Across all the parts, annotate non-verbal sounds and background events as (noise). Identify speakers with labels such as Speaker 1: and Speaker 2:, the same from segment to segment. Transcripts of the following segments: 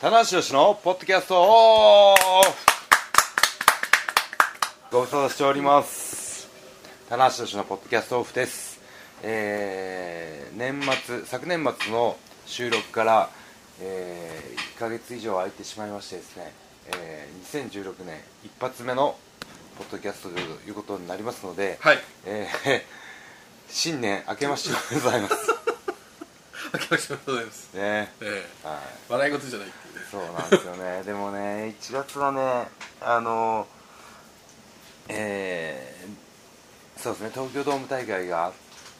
Speaker 1: 棚橋宏のポッドキャストオフご無沙汰しております棚橋宏のポッドキャストオフですえー、年末昨年末の収録から、えー、1ヶ月以上空いてしまいましてですね、えー、2016年一発目のポッドキャストということになりますので、
Speaker 2: はい
Speaker 1: えー新年明けましておめでとうございます、
Speaker 2: 明けましておめでとうございます、
Speaker 1: ね
Speaker 2: え
Speaker 1: はい
Speaker 2: え、笑い事じゃないっていうね
Speaker 1: そうなんですよねでもね1月はねあのえーそうですね東京ドーム大会があっ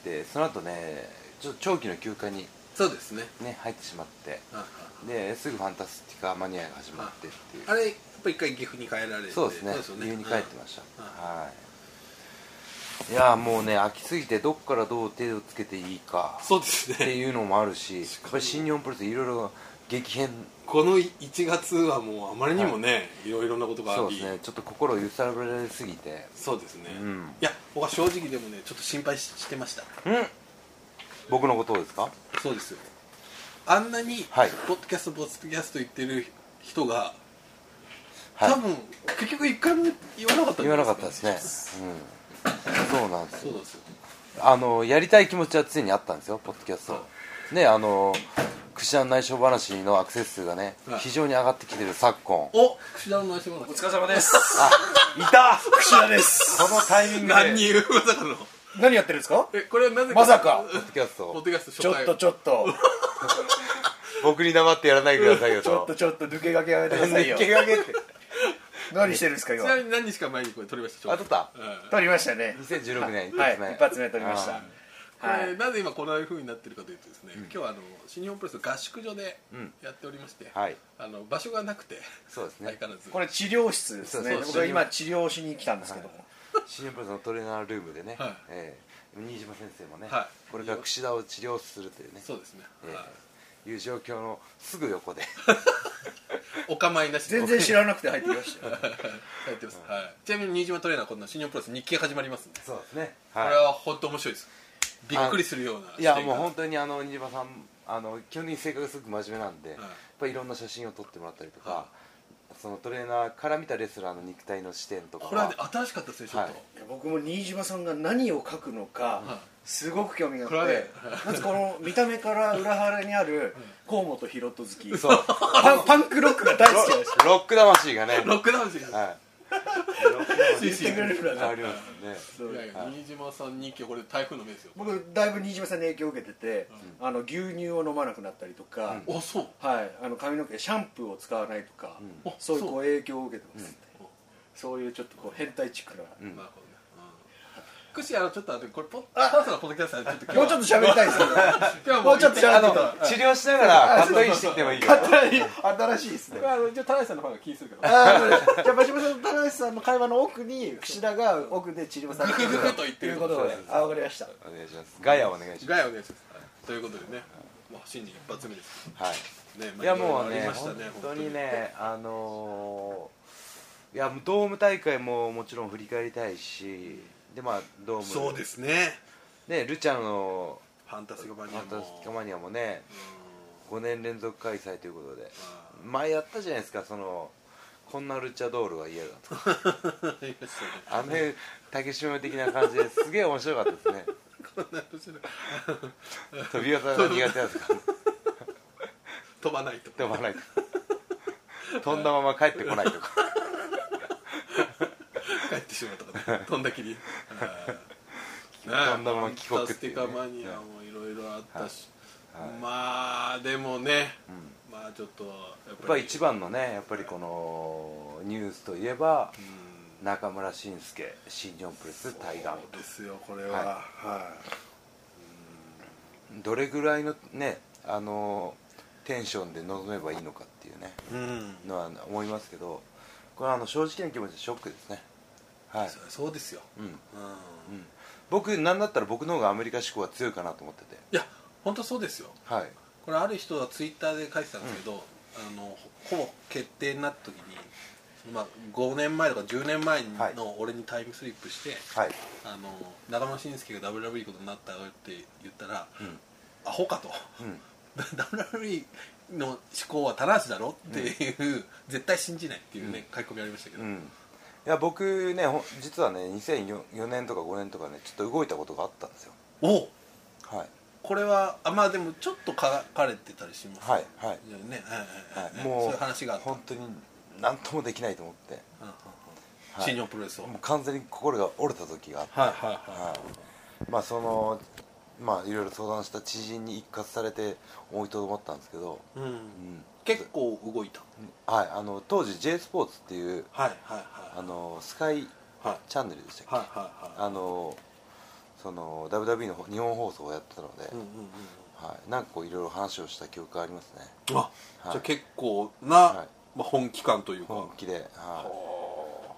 Speaker 1: てその後ねちょっと長期の休暇に
Speaker 2: そうですね
Speaker 1: ね入ってしまって
Speaker 2: あ
Speaker 1: ですぐファンタスティカマニアが始まってっていう
Speaker 2: あれやっぱ一回岐阜に帰られて
Speaker 1: そうですね
Speaker 2: よ
Speaker 1: 家に帰ってました、
Speaker 2: うん
Speaker 1: はいいやーもうね飽きすぎてどっからどう手をつけていいか
Speaker 2: うんそうです
Speaker 1: って
Speaker 2: ね
Speaker 1: いうのもある
Speaker 2: (laughs)
Speaker 1: しや
Speaker 2: しかも
Speaker 1: っぱり新日本プロレスいろいろ激変
Speaker 2: この1月はもうあまりにもね、い、ろいろなことがあり
Speaker 1: そうですねちょっと心を揺さぶられすぎて
Speaker 2: そうですね
Speaker 1: うん
Speaker 2: いや僕は正直でもねちょっと心配ししてました
Speaker 1: うん僕のことをですか
Speaker 2: そうですよあんなに、
Speaker 1: はい
Speaker 2: ポッドキャストポッドキャスト言ってる人が、
Speaker 1: はい
Speaker 2: 多分結局一回も言わなかった
Speaker 1: 言
Speaker 2: んじゃ
Speaker 1: わな
Speaker 2: な
Speaker 1: いかった
Speaker 2: で
Speaker 1: ですすね、うん、そうなんです
Speaker 2: そう
Speaker 1: よ
Speaker 2: なんですよ
Speaker 1: あのやりたい気持ちは常にあったんですよポッドキャスト
Speaker 2: は
Speaker 1: ねあの櫛田の内緒話のアクセス数がね
Speaker 2: はい
Speaker 1: 非常に上がってきてる昨今
Speaker 2: お串田の内緒話
Speaker 3: お疲れ様です。
Speaker 1: いた
Speaker 3: 串田です。
Speaker 1: このタイミングで
Speaker 2: 何人言うまさかの
Speaker 3: (laughs) 何やってるんですか
Speaker 2: えこれはなぜ
Speaker 3: まさか
Speaker 1: ポッドキャスト
Speaker 2: ポッド
Speaker 1: を
Speaker 2: キャスト
Speaker 3: ちょ
Speaker 2: 初回
Speaker 3: っとちょっと、
Speaker 1: 僕に黙ってやらないでくださいよ
Speaker 3: ちょっ
Speaker 1: と
Speaker 3: とちょっと (laughs) 抜け駆けやめてください
Speaker 1: 抜
Speaker 3: よ。
Speaker 1: けがけて
Speaker 3: 何してるんですか
Speaker 2: ちなみ
Speaker 3: 今。
Speaker 2: に何日か前にこれ撮りました
Speaker 1: あ撮
Speaker 3: (laughs)
Speaker 1: った
Speaker 2: うん
Speaker 3: 撮りましたね。
Speaker 1: 2016年一
Speaker 3: はい、
Speaker 1: 発目、
Speaker 3: 一発目撮りまし
Speaker 1: あ
Speaker 3: た。
Speaker 2: こ
Speaker 3: は
Speaker 2: れ
Speaker 3: い。
Speaker 2: なぜ今このふうになってるかというとですね今日はあの新日本プロレスの合宿所でやっておりまして
Speaker 1: はい
Speaker 2: あの場所がなくて
Speaker 1: そうです
Speaker 2: 相
Speaker 1: ね
Speaker 2: 変わらず
Speaker 3: これ治療室です
Speaker 1: そう
Speaker 3: ね
Speaker 1: そう。
Speaker 3: 僕は今治療しに来たんですけども。
Speaker 1: 新日本プロレスのトレーナールームでね、
Speaker 2: はい
Speaker 1: えー新島先生もね、
Speaker 2: は
Speaker 1: これから櫛田を治療するというね
Speaker 2: そうですね
Speaker 1: え
Speaker 2: はい
Speaker 1: ーいう状況のすぐ
Speaker 2: (laughs)
Speaker 1: 横で
Speaker 2: お構いなしで
Speaker 3: 全
Speaker 2: (laughs)
Speaker 3: 然知らなくて入ってきましたよ。
Speaker 2: やってますはいちなみに新島トレーナーこんな新日本プロレス日経始まりますんでこ
Speaker 1: そうですね、
Speaker 2: れ
Speaker 1: は、
Speaker 2: は本当面白いですびっくりするようない
Speaker 1: いやもう
Speaker 2: ほん
Speaker 1: 本当にあの新島さんあの基本的に性格がすごく真面目なんで、
Speaker 2: い
Speaker 1: い、やっぱりいろんな写真を撮ってもらったりとか、
Speaker 2: は
Speaker 1: そのトレーナーから見たレスラーの肉体の視点とか
Speaker 2: これはね新しかったですねちょっと
Speaker 1: はい
Speaker 3: いや僕も新島さんが何を書くのか
Speaker 2: は
Speaker 3: すごく興味があっ
Speaker 2: これはね
Speaker 3: てまずこの見た目から裏腹にある河本ヒロト好き
Speaker 1: そう
Speaker 3: パンパンクロックが大好きなんです
Speaker 1: ロック魂がね
Speaker 2: ロックダウンしてる
Speaker 1: はいロック魂
Speaker 3: 言ってくれるから
Speaker 1: が
Speaker 3: な
Speaker 1: ありますね
Speaker 3: そ
Speaker 2: (laughs)
Speaker 3: う
Speaker 2: いやいや新島さん日記これ台風の目ですよ
Speaker 3: 僕だいぶ新島さんに影響を受けてて、あの牛乳を飲まなくなったりとか、
Speaker 2: あそう
Speaker 3: はい、あの髪の毛シャンプーを使わないとか、
Speaker 2: うん
Speaker 3: そういう
Speaker 2: あそう
Speaker 3: こう影響を受けてます、
Speaker 2: うん
Speaker 3: そういうちょっとこう変態チックな、
Speaker 1: うん
Speaker 2: なるほどね。くしあのちょっとあのこれポッ
Speaker 3: あ
Speaker 2: パーソナルポッドキャストなんでちょっと
Speaker 3: もうちょっと喋りたいですよね
Speaker 2: 今日は
Speaker 3: もうちょっと
Speaker 2: 一回
Speaker 3: 喋
Speaker 1: あ
Speaker 3: って
Speaker 1: の
Speaker 3: た
Speaker 1: 治療しながらカットインしてきてもいいよ
Speaker 3: 新しいですね
Speaker 2: これあのじゃあ田辺さんの方が気にするから。
Speaker 3: あーじゃあ、真島さんと高橋さんの会話の奥に、櫛田が奥で千島さん
Speaker 2: グググと言ってる
Speaker 3: いうことで、あ、わかりました。
Speaker 1: お願いしますガヤお願いしま
Speaker 2: ガヤお願いします。はいということでね、もう新人一発目です。
Speaker 1: すはい
Speaker 2: ね、まあ
Speaker 1: いやもう
Speaker 2: ろろあり
Speaker 1: ね
Speaker 2: ました
Speaker 1: 本
Speaker 2: ね
Speaker 1: 当に。ねあのーいやドーム大会ももちろん振り返りたいしでまあドーム
Speaker 2: そうですね。
Speaker 1: ねルチャの
Speaker 2: ファンタスティ
Speaker 1: フ
Speaker 2: カマニア
Speaker 1: ァン
Speaker 2: も。
Speaker 1: タスティカマニアもね5年連続開催ということで
Speaker 2: う
Speaker 1: 前やったじゃないですかそのこんなルチャドールは嫌だとか
Speaker 2: (laughs) んあーありましたね
Speaker 1: あの辺竹島的な感じですげえ面白かったですね
Speaker 2: (laughs) こんな面白い
Speaker 1: (laughs) 飛び技が苦手なんですから
Speaker 2: 飛ばないと
Speaker 1: 飛ばないとか飛んだまま帰ってこないとか
Speaker 2: 帰ってしまうとかね飛ん
Speaker 1: (laughs)
Speaker 2: だきり
Speaker 1: 飛んだまま帰国
Speaker 2: っ
Speaker 1: ってていうね
Speaker 2: スティカマニアもいろいろあったし、まあでもね、まあちょっとやっ
Speaker 1: やっぱり一番のねやっぱりこのニュースといえば中村慎介新日本プロレス対談
Speaker 2: そうですよこれは、
Speaker 1: はい
Speaker 2: はい
Speaker 1: どれぐらいのねあのテンションで臨めばいいのかっていうね
Speaker 2: うん
Speaker 1: のは思いますけどこれはあの正直な気持ちでショックですねはい、
Speaker 2: そそうですよ、
Speaker 1: うんうん、
Speaker 2: うん
Speaker 1: 僕なんだったら僕の方がアメリカ志向が強いかなと思ってて
Speaker 2: いや本当そうですよ
Speaker 1: はい
Speaker 2: これある人はツイッターで書いてたんですけど、あのほほぼ決定になった時に、まあ、5年前とか10年前
Speaker 1: はい
Speaker 2: の俺にタイムスリップして、
Speaker 1: はい
Speaker 2: あの中村慎介が WWE ことになったよって言ったら、
Speaker 1: ん
Speaker 2: (laughs) アホかと
Speaker 1: うん
Speaker 2: WWE の思考は棚橋だろっていう、絶対信じないっていうね、書き込みありましたけど、
Speaker 1: うんいや僕ねほん実はね2004年とか5年とかねちょっと動いたことがあったんですよ
Speaker 2: おう
Speaker 1: はい
Speaker 2: これはあまあでもちょっと書かれてたりします
Speaker 1: はいはい、
Speaker 2: いやね、は
Speaker 1: は
Speaker 2: いはい
Speaker 1: い、
Speaker 2: はい、
Speaker 1: もう
Speaker 2: そういう話があった、うん
Speaker 1: 本当に何ともできないと思って
Speaker 2: うんうん
Speaker 1: はい
Speaker 2: 新日本プロレスをはい
Speaker 1: もう完全に心が折れた時があって、
Speaker 2: はいは
Speaker 1: はい、まあそのまあいろいろ相談した知人に一括されて多いと思ったんですけど、
Speaker 2: い、うん
Speaker 1: うん
Speaker 2: 結構動いた
Speaker 1: はい、あの当時 J スポーツっていう
Speaker 2: はいはい
Speaker 1: あ
Speaker 2: はい
Speaker 1: のスカイ
Speaker 2: はい
Speaker 1: チャンネルでしたっけ、
Speaker 2: はいはいは
Speaker 1: あのその WWE の日本放送をやってたので、
Speaker 2: いうんうんうんうん
Speaker 1: はい、なんかこういろいろ話をした記憶がありますねい
Speaker 2: あ、じゃあ結構な、
Speaker 1: はい
Speaker 2: まあ、本気感というか
Speaker 1: 本気で、は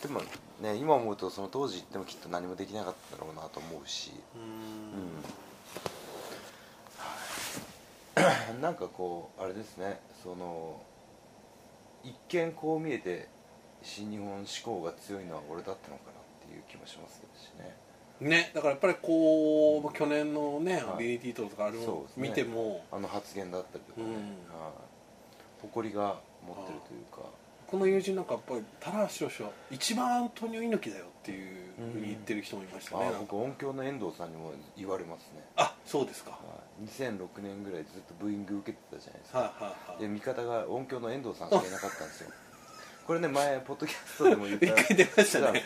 Speaker 1: い、でもね今思うとその当時行ってもきっと何もできなかっただろうなと思う
Speaker 2: (coughs)
Speaker 1: し、
Speaker 2: う
Speaker 1: うん
Speaker 2: ん
Speaker 1: はいなんかこうあれですねその一見こう見えて新日本志向が強いのは俺だったのかなっていう気もしますしね
Speaker 2: ね、だからやっぱりこう、まあ去年のね、
Speaker 1: はい
Speaker 2: ビリティートとかあれ
Speaker 1: そう
Speaker 2: を
Speaker 1: ですね
Speaker 2: 見ても、
Speaker 1: あの発言だったりとかね、
Speaker 2: うん
Speaker 1: はい誇りが持ってるというか
Speaker 2: この友人なんかやっぱり棚橋宏は一番アントニオ猪木だよっていうふうに言ってる人もいましたね、
Speaker 1: あ
Speaker 2: なんか
Speaker 1: 僕音響の遠藤さんにも言われますね、
Speaker 2: あそうですか、
Speaker 1: はい、2006年ぐらいずっとブーイング受けてたじゃないですか、
Speaker 2: はいはい
Speaker 1: で
Speaker 2: はい
Speaker 1: 味方が音響の遠藤さんしかいなかったんですよ
Speaker 2: (laughs)
Speaker 1: これね前ポッドキャストでも言った
Speaker 2: 一回出ましたね
Speaker 1: んで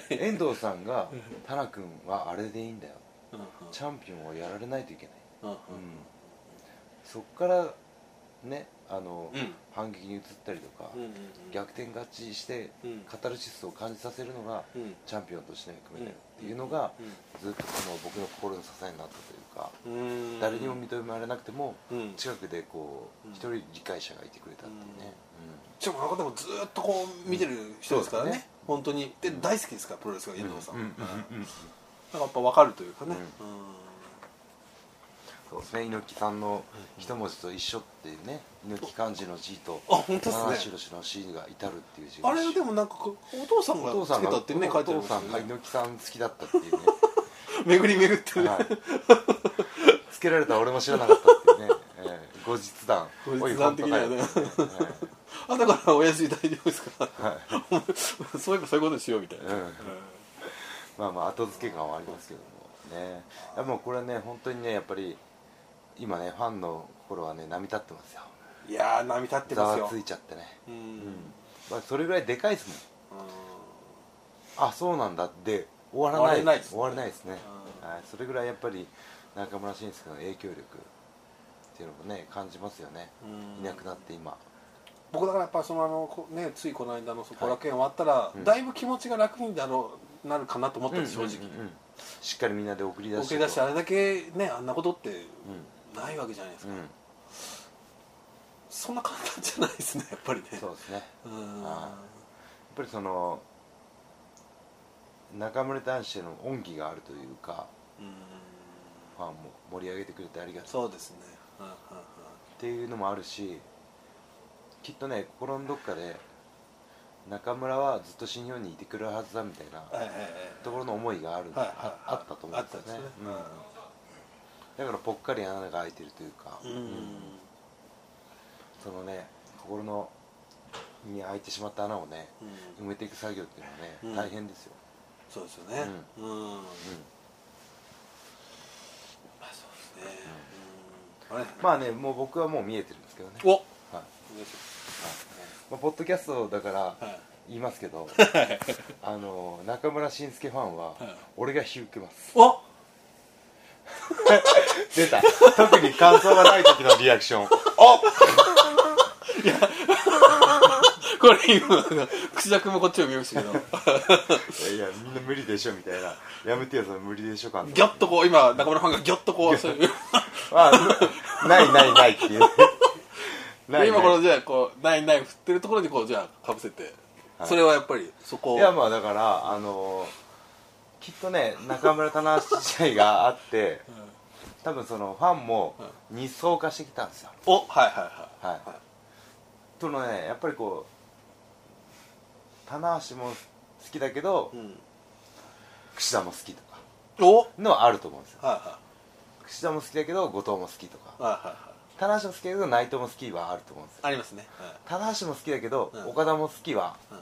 Speaker 1: すけど
Speaker 2: (laughs)
Speaker 1: 遠藤さんが「タナ君はあれでいいんだよ
Speaker 2: うんうん
Speaker 1: チャンピオンをやられないといけない」
Speaker 2: うんうん
Speaker 1: うん、そっからねあの、
Speaker 2: うん
Speaker 1: 反撃に移ったりとか、
Speaker 2: うんうん
Speaker 1: 逆転勝ちして、
Speaker 2: うん
Speaker 1: カタルシスを感じさせるのが、
Speaker 2: うん
Speaker 1: チャンピオンとして組めるっていうのが、
Speaker 2: うん
Speaker 1: ずっとその僕の心の支えになったというか、
Speaker 2: うん
Speaker 1: 誰にも認められなくても、
Speaker 2: うん
Speaker 1: 近くでこう
Speaker 2: うん
Speaker 1: 一、人理解者がいてくれたっていうね、
Speaker 2: しかもあの方もずーっとこう見てる人ですからね,、
Speaker 1: うんそうですね
Speaker 2: 本当にで大好きですからプロレスが遠藤さん、
Speaker 1: うんうん
Speaker 2: なんかやっぱ分かるというかね、
Speaker 1: う
Speaker 2: うん
Speaker 1: そうですね猪木さんの一文字と一緒っていうね猪木漢字の字と
Speaker 2: あ本当っすね
Speaker 1: 七種の死が至るっていう字
Speaker 2: あれでもなんかこお父さんが
Speaker 1: お父さ
Speaker 2: つ
Speaker 1: ん
Speaker 2: け
Speaker 1: が
Speaker 2: たってね書いてあり
Speaker 1: お
Speaker 2: ま
Speaker 1: 父
Speaker 2: し
Speaker 1: さ
Speaker 2: た
Speaker 1: んが
Speaker 2: よね
Speaker 1: 猪木さん好きだったっていうね、
Speaker 2: 巡り巡ってね、
Speaker 1: はい、 (laughs) つけられた俺も知らなかったっていうね、ええ後日談
Speaker 2: 後日談的なね
Speaker 1: おい本当かよ
Speaker 2: (laughs)
Speaker 1: っていうね
Speaker 2: あだから親父大丈夫ですか、
Speaker 1: は
Speaker 2: (laughs) そういえばそういうことにしようみたいな、
Speaker 1: うんまあまあ後付け感はありますけどもねいやもうこれはね本当にねやっぱり今ねファンの心はね波立ってますよ
Speaker 2: いやー波立って
Speaker 1: ざ
Speaker 2: ます
Speaker 1: わ
Speaker 2: よ
Speaker 1: ついちゃってね、
Speaker 2: うん
Speaker 1: うんまあ、それぐらいでかいですもんあそうなんだって終わらない
Speaker 2: 終われないですね
Speaker 1: 終われないですね、
Speaker 2: う
Speaker 1: はい、それぐらいやっぱり中村慎介の影響力っていうのもね感じますよね、
Speaker 2: うん
Speaker 1: いなくなって今
Speaker 2: 僕だからやっぱそのあのこねついこの間のそこ楽園終わったら、
Speaker 1: うん
Speaker 2: だいぶ気持ちが楽にだろうなるかなと思ったんです正直、
Speaker 1: うんうんうんしっかりみんなで送り出して
Speaker 2: 送り出してあれだけねあんなことって
Speaker 1: う
Speaker 2: ないわけじゃないですか、
Speaker 1: ん、うん、
Speaker 2: そんな簡単じゃないですねやっぱりね
Speaker 1: そうですねやっ
Speaker 2: うーん
Speaker 1: はぱりその中村に対しての恩義があるというか
Speaker 2: うーん
Speaker 1: ファンも盛り上げてくれてありがとう
Speaker 2: そうですねうんうんうん
Speaker 1: っていうのもあるしきっとね心のどっかで中村はずっと新日本にいてくれるはずだみたいな
Speaker 2: はいはい
Speaker 1: ところの思いがある、
Speaker 2: はいはい
Speaker 1: ああったと思うんですよね
Speaker 2: あったんですね
Speaker 1: うんだからぽっかり穴が開いてるというか、
Speaker 2: はいうん
Speaker 1: そのね心のに開いてしまった穴をね
Speaker 2: うん
Speaker 1: 埋めていく作業っていうのはね、
Speaker 2: うん
Speaker 1: 大変ですよ、
Speaker 2: そうですよねうんまあそうですねうんあれ
Speaker 1: まあねもう僕はもう見えてるんですけどね、はい
Speaker 2: およいし
Speaker 1: まあ、ポッドキャストだから
Speaker 2: ょはい
Speaker 1: 言いますけど、あの中村慎介ファンは
Speaker 2: はい
Speaker 1: 俺が引き受けます、
Speaker 2: お
Speaker 1: 出た特に感想がない時のリアクション
Speaker 2: これ今串田君もこっちを見ましたけど (laughs)
Speaker 1: いやみんな無理でしょみたいなやめてよその無理でしょ感
Speaker 2: ギョッとこう今中村ファンがギョッとこうそういう
Speaker 1: あないないないっていうないない
Speaker 2: 今このじゃあこうナインナイン振ってるところにこうじゃあかぶせて、
Speaker 1: はい
Speaker 2: それはやっぱりそこを
Speaker 1: いやまあだからあのーきっとね中村棚橋試合があって
Speaker 2: うん
Speaker 1: 多分そのファンも二層化してきたんですよ
Speaker 2: おはいはいはい
Speaker 1: はいとのねやっぱりこう棚橋も好きだけど
Speaker 2: うん、
Speaker 1: 櫛田も好きとか
Speaker 2: おはい
Speaker 1: のはあると思うんですよ
Speaker 2: は
Speaker 1: 櫛田も好きだけど後藤も好きとか
Speaker 2: いはいはいはい
Speaker 1: 棚橋も好きだけど内藤も好きはあると思うんですよ
Speaker 2: ありますね、うん
Speaker 1: 棚橋も好きだけど、
Speaker 2: うん
Speaker 1: 岡田も好きは
Speaker 2: うん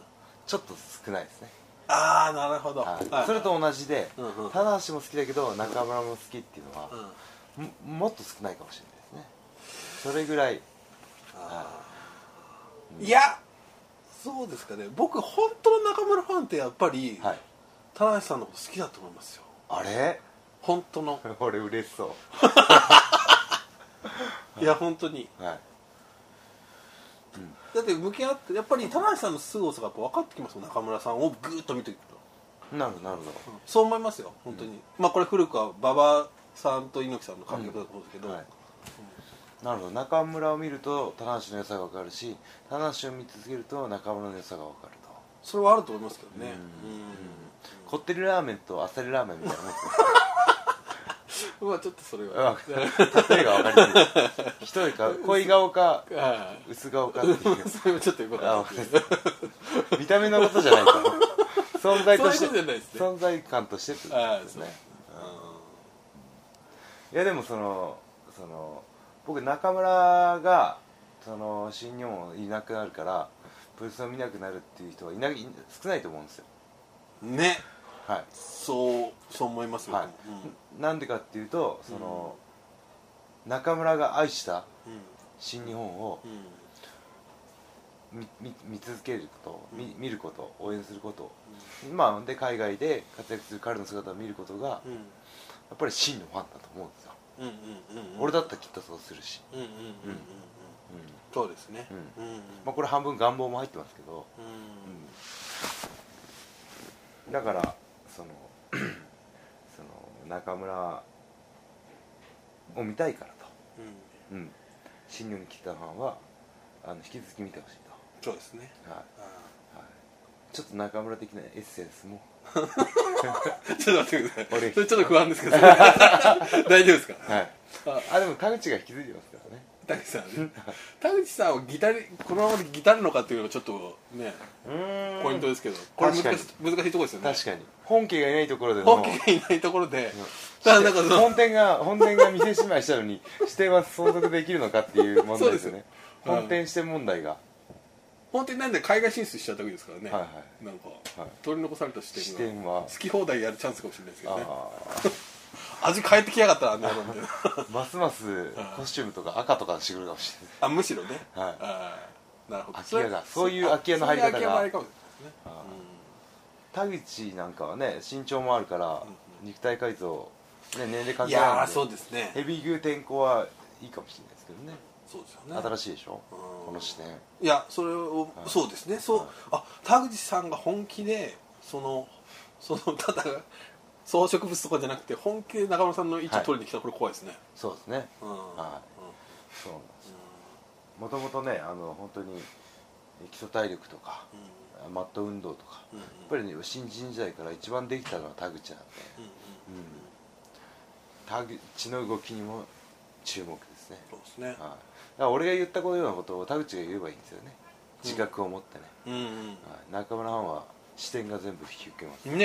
Speaker 1: ちょっと少ないですね、
Speaker 2: ああなるほど、
Speaker 1: はい
Speaker 2: はい
Speaker 1: それと同じで、
Speaker 2: うんうん
Speaker 1: 棚橋も好きだけど中村も好きっていうの
Speaker 2: うん
Speaker 1: は、
Speaker 2: あ
Speaker 1: ももっと少ないかもしれないですねそれぐらい
Speaker 2: ーいやそうですかね僕本当の中村ファンってやっぱり、
Speaker 1: はい
Speaker 2: 田橋さんのこと好きだと思いますよ
Speaker 1: あれ (laughs)
Speaker 2: 本当の
Speaker 1: 俺嬉しそ
Speaker 2: いや本当に
Speaker 1: うはい
Speaker 2: だって向き合ってやっぱり田橋さんの凄さがやっぱ分かってきますもん中村さんをぐーっと見ていくと
Speaker 1: なるほどなるほど、
Speaker 2: そう思いますよ本当に、まあこれ古くは馬場さんと猪木さんの関係だと思うんですけど、
Speaker 1: はいなるほど中村を見ると棚橋の良さが分かるし棚橋を見続けると中村の良さが分かると
Speaker 2: それはあると思いますけどね、
Speaker 1: こってりラーメンとあっさりラーメンみたいなもんですよ
Speaker 2: うんうわちょっとそれ
Speaker 1: うま
Speaker 2: は (laughs)
Speaker 1: く例えが分かりにくいひどいか濃い顔か
Speaker 2: はい (laughs)
Speaker 1: 薄顔かっていう
Speaker 2: それはちょっとよくわかん
Speaker 1: あ
Speaker 2: ない
Speaker 1: わかりました見た目のことじゃないから存在として
Speaker 2: そういうことじゃないですね
Speaker 1: 存在感としてってことですね
Speaker 2: あ
Speaker 1: いやでもそのその僕中村がその新日本いなくなるからプロレスを見なくなるっていう人はいない少ないと思うんですよ
Speaker 2: うんね
Speaker 1: はい
Speaker 2: そうそう思いますよ、
Speaker 1: はいなんでかっていうとその、中村が愛した
Speaker 2: うんうん
Speaker 1: 新日本を
Speaker 2: うん
Speaker 1: 見見見続けること、見見ること応援すること、まあで海外で活躍する彼の姿を見ることが、
Speaker 2: うん
Speaker 1: やっぱり真のファンだと思うんですよ、
Speaker 2: うんうんうん
Speaker 1: 俺だったらきっとそうするし、
Speaker 2: うんうんうんうんうんそうですね
Speaker 1: う
Speaker 2: うんうん
Speaker 1: まあ、これ半分願望も入ってますけど
Speaker 2: うん
Speaker 1: だからその (clears throat) その中村を見たいからと、
Speaker 2: うん
Speaker 1: うん、新日本に来たファンはあの引き続き見てほしい
Speaker 2: そうですね
Speaker 1: と、はい
Speaker 2: あ
Speaker 1: はい、ちょっと中村的なエッセンスも
Speaker 2: ー (laughs) ちょっと待ってくださ
Speaker 1: 俺
Speaker 2: いそれちょっと不安ですけど
Speaker 1: (laughs)
Speaker 2: 大丈夫ですか
Speaker 1: はい
Speaker 2: あ
Speaker 1: あでも田口が引き継いでますからね
Speaker 2: 田口さんね田口さんをギタリこのままでギタるのかっていうのがちょっとね
Speaker 1: う
Speaker 2: ポイントですけどこれ難し
Speaker 1: 確
Speaker 2: 難しいところですよね
Speaker 1: 確かに本家がいないところでの
Speaker 2: 本家がいないところでただなんかその
Speaker 1: 本店が本店が店じまいしたのに支店は相続できるのかっていう問題ですよね
Speaker 2: そうですよ
Speaker 1: 本店支店問題が、
Speaker 2: 本当になんで海外進出しちゃったわけですからね、
Speaker 1: はいはい
Speaker 2: なんか、
Speaker 1: はい
Speaker 2: 取り残された視
Speaker 1: 支
Speaker 2: 点
Speaker 1: 店
Speaker 2: が
Speaker 1: は
Speaker 2: 好き放題やるチャンスかもしれないですけどね
Speaker 1: あ
Speaker 2: 味変えてきやがったあの野郎みたいな
Speaker 1: あますますコスチュームとか赤とかしてくるかもしれない
Speaker 2: (laughs) あむしろね、
Speaker 1: はい
Speaker 2: あーなるほど
Speaker 1: 空き家がそういう空き家の入り方が
Speaker 2: そういう空き家もありかもしれないですね
Speaker 1: 田口なんかはね身長もあるから肉体改造、ね、年齢関
Speaker 2: い
Speaker 1: 係ない
Speaker 2: や
Speaker 1: の
Speaker 2: ー
Speaker 1: で
Speaker 2: そうですね
Speaker 1: ヘビー級転向はいいかもしれないですけどね
Speaker 2: そうですよね
Speaker 1: 新しいでしょ
Speaker 2: うん
Speaker 1: この視点
Speaker 2: いやそれを、そうですねそう、あ田口さんが本気でそのそのただ装飾物とかじゃなくて本気で中村さんの位置を取りに来た、これ怖いですね
Speaker 1: そうですね
Speaker 2: うん、
Speaker 1: はそうなんですよもともとねあの本当に基礎体力とか
Speaker 2: うん
Speaker 1: マット運動とか
Speaker 2: うんうん
Speaker 1: やっぱりね新人時代から一番できたのは田口なんで、
Speaker 2: うんうん
Speaker 1: うん、田口の動きにも注目ですね、
Speaker 2: そうですね
Speaker 1: はい、だから俺が言ったこのようなことを田口が言えばいいんですよね自覚を持ってね、
Speaker 2: うん
Speaker 1: はい、中村藩は視点が全部引き受けます、
Speaker 2: うんね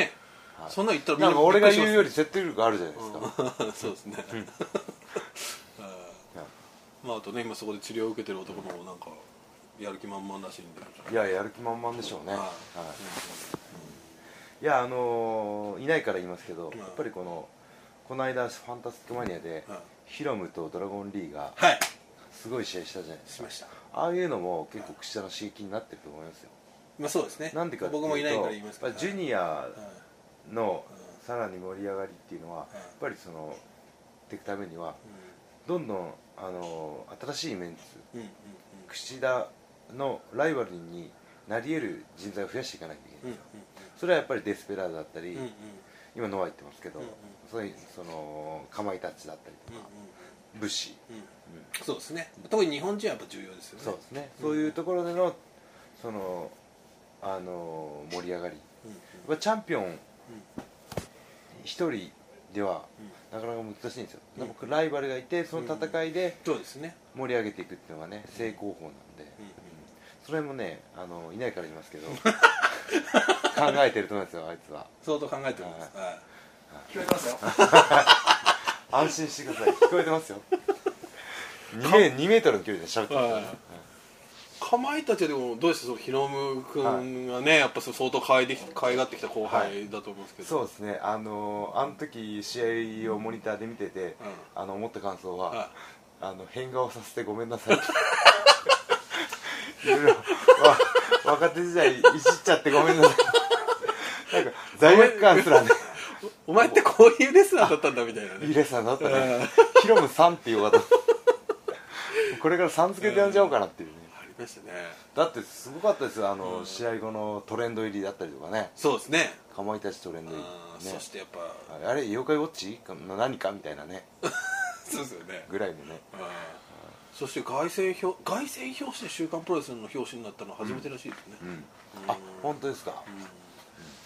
Speaker 1: はい
Speaker 2: そんなん言ったら
Speaker 1: な
Speaker 2: みんなん
Speaker 1: か俺が
Speaker 2: びっく
Speaker 1: 言う
Speaker 2: し
Speaker 1: より説得力があるじゃないですか、
Speaker 2: ますねそうですねあ
Speaker 1: は
Speaker 2: ーまああとね今そこで治療を受けてる男もなんかやる気満々らしいんで
Speaker 1: いいややる気満々でしょうね、
Speaker 2: はい
Speaker 1: はい、いやあのーいないから言いますけど、
Speaker 2: ん
Speaker 1: やっぱりこのこの間ファンタスティックマニアで、
Speaker 2: うん
Speaker 1: ヒロムとドラゴンリーが
Speaker 2: はい
Speaker 1: すごい試合したじゃないです
Speaker 2: し
Speaker 1: か
Speaker 2: ました
Speaker 1: ああいうのも結構櫛田の刺激になってると思いますよ
Speaker 2: まあそうですね
Speaker 1: なんでかっていうと
Speaker 2: 僕もいないから言いますけど
Speaker 1: やっぱジュニア
Speaker 2: はい
Speaker 1: のさらに盛り上がりっていうのはや
Speaker 2: うん
Speaker 1: っぱりそのっていくためにはどんどんあのー新しいメンツ
Speaker 2: うんうんうん
Speaker 1: 櫛田のライバルになり得る人材を増やしていかないといけないん
Speaker 2: うん
Speaker 1: ですよ、それはやっぱりデスペラードだったり、
Speaker 2: うんうんうん
Speaker 1: 今ノア言ってますけど、
Speaker 2: うんうん
Speaker 1: そういうそのかまいたちだったりとか、武士、
Speaker 2: うんうんそうですね特に日本人はやっぱ重要ですよね
Speaker 1: そうですね、そういうところでのそのあの盛り上がり、
Speaker 2: うんうん
Speaker 1: まあチャンピオン一人ではなかなか難しいんですよ、
Speaker 2: うん
Speaker 1: 僕ライバルがいてその戦いで
Speaker 2: そうですね
Speaker 1: 盛り上げていくっていうのがね正攻法なんで、
Speaker 2: うんうん
Speaker 1: それもねあのいないから言います
Speaker 2: (laughs)
Speaker 1: けど考えてると思いますよあいつは
Speaker 2: 相当考えておりますはい
Speaker 3: 聞こえてますよ
Speaker 2: (laughs)
Speaker 1: 安心してください聞こえてますよ2メ2メートルの距離で喋ってましたね
Speaker 2: はいかまいたちはでもどうですそのヒロム君がね、やっぱ相当可愛いでき可愛がってきた後輩だと思うんですけど、
Speaker 1: そうですねあのあの時試合をモニターで見てて、あの思った感想は、
Speaker 2: はい
Speaker 1: あの変顔させてごめんなさいいろいろわ若手時代いじっちゃってごめんなさいなんか罪悪感すらね
Speaker 2: お前ってこういうレスラーだったんだみたいなね
Speaker 1: いいレスラーになったねヒロムさんっていう技これからさん付けでやんじゃおうかなっていうね
Speaker 2: ありましたね
Speaker 1: だってすごかったですよあの、試合後のトレンド入りだったりとかね
Speaker 2: そうですね
Speaker 1: かまいたちトレンド入
Speaker 2: あー
Speaker 1: りね
Speaker 2: そしてやっぱ
Speaker 1: あれ妖怪ウォッチか何かみたいなね
Speaker 2: そうですよね
Speaker 1: ぐらいのね
Speaker 2: あーそして凱旋表凱旋表紙で「週刊プロレス」の表紙になったのは初めてらしいですね、
Speaker 1: あ本当ですか、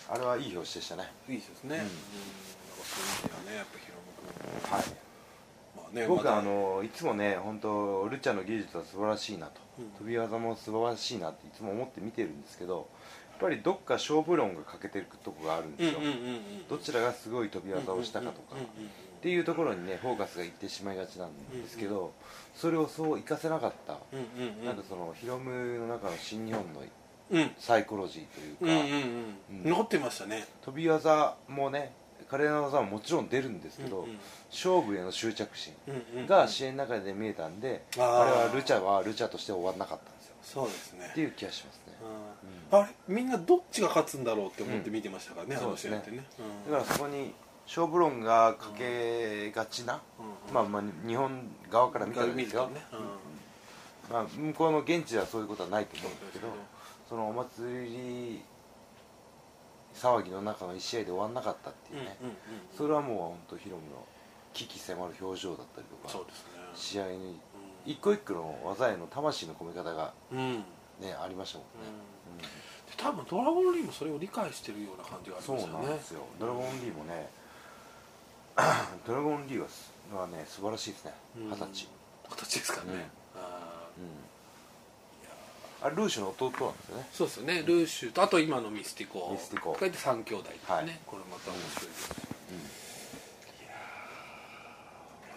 Speaker 1: あれはいい表紙でしたね
Speaker 2: いいですね、うん、なんかそういう意味ではねやっぱヒロ
Speaker 1: はい
Speaker 2: ム君まあね
Speaker 1: 僕は
Speaker 2: ま
Speaker 1: あのいつもね本当ルチャの技術は素晴らしいなと、飛び技も素晴らしいなっていつも思って見てるんですけどやっぱりどっか勝負論が欠けてるとこがあるん
Speaker 2: う
Speaker 1: で
Speaker 2: ん
Speaker 1: す
Speaker 2: うん
Speaker 1: よ、
Speaker 2: うんうん
Speaker 1: どちらがすごい飛び技をしたかとかっていうところにねフォーカスがいってしまいがちなんですけどそれをそう活かせなかった、
Speaker 2: うんうんうん
Speaker 1: なんかそのヒロムの中の新日本の
Speaker 2: うん
Speaker 1: サイコロジーというか、
Speaker 2: うんうんうん残ってましたね
Speaker 1: 飛び技もね華麗な技ももちろん出るんですけど、
Speaker 2: うんうん
Speaker 1: 勝負への執着心
Speaker 2: うんうんうん
Speaker 1: が試合の中で見えたんで、
Speaker 2: あー
Speaker 1: あれはルチャはルチャとして終わらなかったんですよ
Speaker 2: そうですね
Speaker 1: っていう気がしますね、
Speaker 2: うんあれみんなどっちが勝つんだろうって思って見てましたからね、
Speaker 1: うん
Speaker 2: あの試合ってねうん
Speaker 1: だからそこに勝負論がかけがちな、
Speaker 2: う
Speaker 1: まあまあ日本側から見たら
Speaker 2: 見
Speaker 1: です
Speaker 2: る
Speaker 1: よ、
Speaker 2: とねうん
Speaker 1: まあ、向こうの現地ではそういうことはないと思うんですけど
Speaker 2: そうですね
Speaker 1: そのお祭り騒ぎの中の1試合で終わらなかったっていうね、
Speaker 2: うんうんうん
Speaker 1: それはもう本当ヒロムの危機迫る表情だったりとか
Speaker 2: そうですね
Speaker 1: 試合に一個一個の技への魂の込め方が
Speaker 2: うんうん
Speaker 1: ねありましたもんね、
Speaker 2: で多分ドラゴンリーもそれを理解してるような感じがあり
Speaker 1: そう
Speaker 2: ますよね
Speaker 1: なんですよ、ドラゴンリーもね (clears throat) ドラゴンリーはすはね素晴らしいですね
Speaker 2: うん
Speaker 1: 二十歳、
Speaker 2: 二十歳ですから
Speaker 1: うん
Speaker 2: ねあー
Speaker 1: うんあれルーシュの弟なんですよね
Speaker 2: そうですよねルーシュとあと今のミスティコ
Speaker 1: ミスティコ
Speaker 2: こうやって3兄弟ですね、
Speaker 1: はい
Speaker 2: これまた面白いです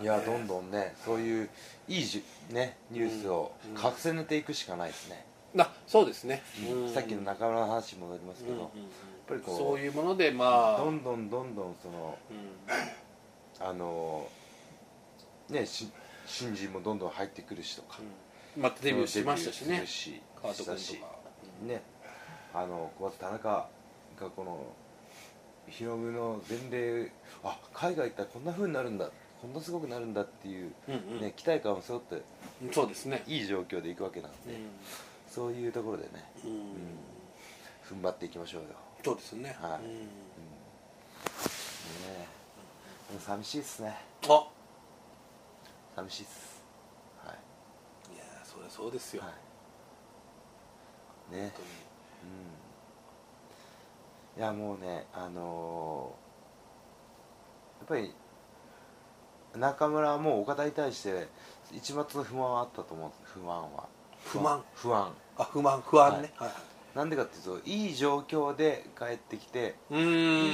Speaker 1: いやどんどんねそういういいじゅねニュースを隠せ寝ていくしかないですね、
Speaker 2: なそうですね、うん
Speaker 1: さっきの中村の話に戻りますけど、
Speaker 2: うんうんうん
Speaker 1: ぱりこう
Speaker 2: そういうものでまあ
Speaker 1: どんどんどんどんその
Speaker 2: うん
Speaker 1: あのねし新人もどんどん入ってくるしとか、
Speaker 2: まあデビューしましたし
Speaker 1: デビュ
Speaker 2: ね
Speaker 1: ーするし
Speaker 2: 川戸君とか
Speaker 1: したしねあの小松田中がこのヒロムの前例あ海外行ったらこんな風になるんだこんなすごくなるんだっていう、
Speaker 2: うんうん
Speaker 1: ね、期待感を背負って
Speaker 2: そうですね
Speaker 1: いい状況で行くわけなんで、そういうところでね
Speaker 2: うん
Speaker 1: 踏ん張っていきましょうよ、ね
Speaker 2: そうですね
Speaker 1: はい
Speaker 2: うん
Speaker 1: でも寂しいっすね
Speaker 2: あ
Speaker 1: 寂しいっすはい
Speaker 2: やーそりゃそうです
Speaker 1: い、
Speaker 2: よ
Speaker 1: は
Speaker 2: 本
Speaker 1: い、ね
Speaker 2: 当に
Speaker 1: いやもうねあのーやっぱり中村はもう岡田に対して一抹の不満はあったと思う不満は
Speaker 2: 不満
Speaker 1: 不安
Speaker 2: あ不満不安ねはい
Speaker 1: なんでかっていうといい状況で帰ってきて
Speaker 2: うん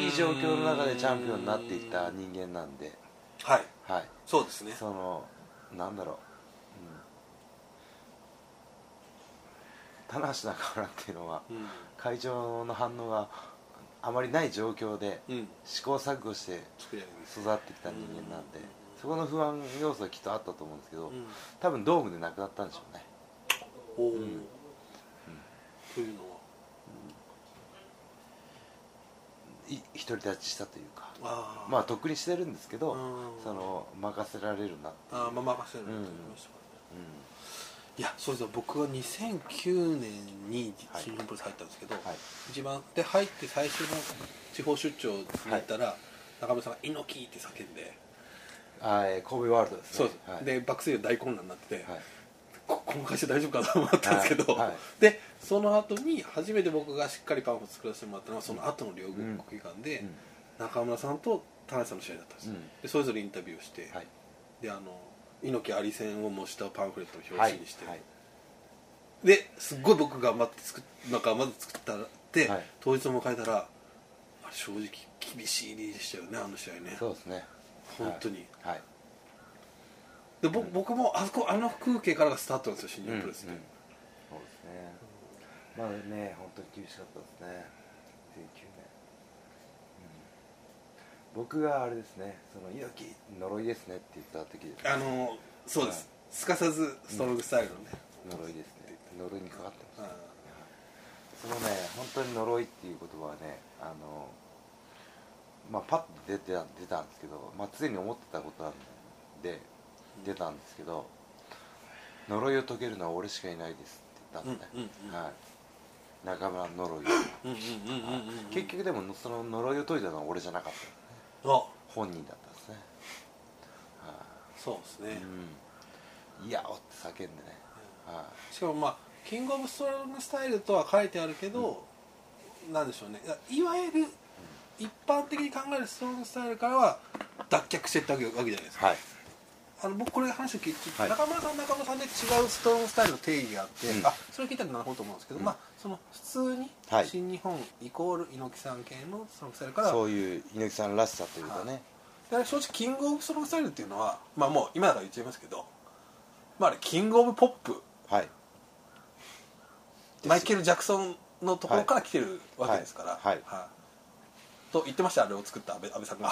Speaker 1: いい状況の中でチャンピオンになっていった人間なんで
Speaker 2: はい
Speaker 1: はい
Speaker 2: そうですね
Speaker 1: そのなんだろう、うん、棚橋中村っていうのは
Speaker 2: うん
Speaker 1: 会場の反応があまりない状況で
Speaker 2: うん
Speaker 1: 試行錯誤して
Speaker 2: 作り上げです
Speaker 1: 育ってきた人間なんでそこの不安要素はきっとあったと思うんですけど
Speaker 2: うん
Speaker 1: 多分ドームでなくなったんでしょうね
Speaker 2: おおというのはい
Speaker 1: 独り立ちしたというか
Speaker 2: あー
Speaker 1: まあとっくにしてるんですけど
Speaker 2: うん
Speaker 1: その任せられるな
Speaker 2: あーまあ任せるなと思いましたからねいやそうですよ僕は2009年に
Speaker 1: はい
Speaker 2: 新日本プロレス入ったんですけど、
Speaker 1: はい
Speaker 2: 一番で入って最初の地方出張に行ったら、中村さんが「猪木!」って叫んで、
Speaker 1: あーえー神戸ワールドです
Speaker 2: そう
Speaker 1: ね
Speaker 2: です、
Speaker 1: はい
Speaker 2: で爆睡が大混乱になってて、
Speaker 1: はい
Speaker 2: ここの会社大丈夫かなと思ったんですけど、
Speaker 1: はいはい
Speaker 2: でその後に初めて僕がしっかりパンフを作らせてもらったのはその後の両国国技館で、
Speaker 1: うん
Speaker 2: 中村さんと田中さんの試合だったんですよ、
Speaker 1: うん
Speaker 2: でそれぞれインタビューをして、
Speaker 1: はい
Speaker 2: であの猪木あり戦を模したパンフレットの表紙にして、
Speaker 1: はい
Speaker 2: ですっごい僕頑張って作っなんかまず作ったらで、
Speaker 1: はい
Speaker 2: 当日を迎えたらあれ正直厳しい入りでしたよねあの試合ね
Speaker 1: そうですね
Speaker 2: 本当に
Speaker 1: はい
Speaker 2: で僕僕もあそこあの風景からがスタートなんですよ新日本プロレスって、
Speaker 1: うんうんそうですねまあね本当に厳しかったですね2009年、うん、僕があれですねその猪木呪いですねって言った時です
Speaker 2: あのそうです、すかさずストロングスタイルのね、
Speaker 1: 呪いですね呪いにかかってました
Speaker 2: あ
Speaker 1: そのね本当に呪いっていう言葉はねあのまあパッと出て出たんですけど、まあ、常に思ってたことなんで出たんですけど「呪いを解けるのは俺しかいないです」って言ったんですね、
Speaker 2: うんうんうん
Speaker 1: はい、中村呪い、
Speaker 2: うんうんうんうんうんうん
Speaker 1: 結局でもその呪いを解いたのは俺じゃなかった
Speaker 2: あ
Speaker 1: 本人だったんですね、は
Speaker 2: そうですね
Speaker 1: い、うん、いやおって叫んでね、は
Speaker 2: しかもまあキングオブストロングスタイルとは書いてあるけど、なんでしょうねいわゆる一般的に考えるストロングスタイルからは脱却していったわけわけじゃないですか
Speaker 1: い、はい
Speaker 2: あの僕これ話を聞いて、
Speaker 1: はい
Speaker 2: 中村さん中村さんで違うストロングスタイルの定義があって、
Speaker 1: うん
Speaker 2: あそれ聞いたらなるほどと思うんですけど、まあその普通に
Speaker 1: はい
Speaker 2: 新日本イコール猪木さん系のストロングスタイルから、
Speaker 1: そういう猪木さんらしさというかね、
Speaker 2: だから正直キングオブストロングスタイルっていうのはまあもう今だから言っちゃいますけど、まあ、あれキングオブポップ
Speaker 1: はい
Speaker 2: マイケル・ジャクソンのところから来てるわけですから、
Speaker 1: はいはい
Speaker 2: いと言ってましたあれを作った安倍安倍さんが